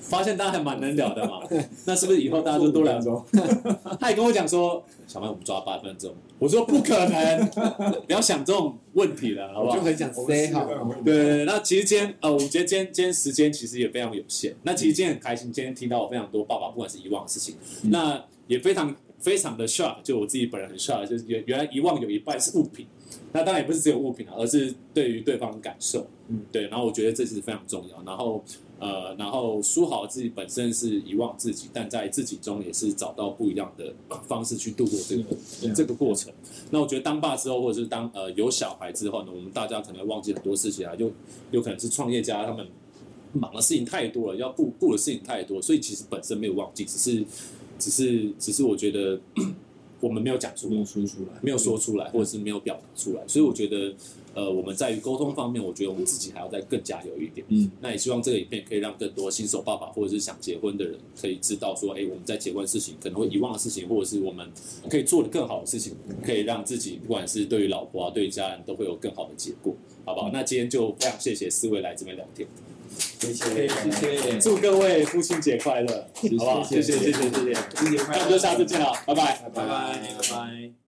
[SPEAKER 1] 发现大家还蛮能聊的
[SPEAKER 5] [LAUGHS]
[SPEAKER 1] 嘛。那是不是以后大家就多聊
[SPEAKER 5] 两周，
[SPEAKER 1] 他也跟我讲说，小曼，我们抓八分钟。我说不可
[SPEAKER 5] [LAUGHS]
[SPEAKER 1] 能，不要想这种问题了，好不
[SPEAKER 3] 我就
[SPEAKER 1] 好？
[SPEAKER 3] 很想 say 好，
[SPEAKER 1] 对对对，那其实今天呃，我们觉得今天今天时间其实也非常有限。那其实今天很开心，今天听到我非常多爸爸不管是遗忘的事情，
[SPEAKER 5] 嗯
[SPEAKER 1] 那也非常非常的 shock，就我自己本人很 shock，就是原原来遗忘有一半是物品，那当然也不是只有物品啊，而是对于对方的感受，
[SPEAKER 4] 嗯，
[SPEAKER 1] 对。然后我觉得这是非常重要。然后呃，然后书豪自己本身是遗忘自己，但在自己中也是找到不一样的呃方式去度过这个
[SPEAKER 5] 对啊
[SPEAKER 1] 这个过程。那我觉得当爸之后，或者是当呃有小孩之后呢，我们大家可能会忘记很多事情啊，又有可能是创业家他们忙的事情太多了，要顾顾的事情太多，所以其实本身没有忘记，只是只是只是我觉得 [COUGHS] 我们没有讲出
[SPEAKER 5] 没
[SPEAKER 1] 来
[SPEAKER 5] 有。说出来，
[SPEAKER 1] 没有说出来，或者是没有表达出来，所以我觉得，呃，我们在于沟通方面，我觉得我们自己还要再更加有一点。
[SPEAKER 5] 嗯，
[SPEAKER 1] 那也希望这个影片可以让更多新手爸爸或者是想结婚的人，可以知道说，哎，我们在结婚事情可能会遗忘的事情，或者是我们可以做的更好的事情，可以让自己不管是对于老婆啊，对于家人都会有更好的结果，好不好？那今天就非常谢谢思维来这边聊天，
[SPEAKER 5] 谢谢谢谢，
[SPEAKER 1] 祝各位父亲节快乐，好不好？谢谢谢谢谢谢，
[SPEAKER 5] 谢谢，
[SPEAKER 1] 那我们就下次见了，拜拜。
[SPEAKER 5] 拜拜拜拜。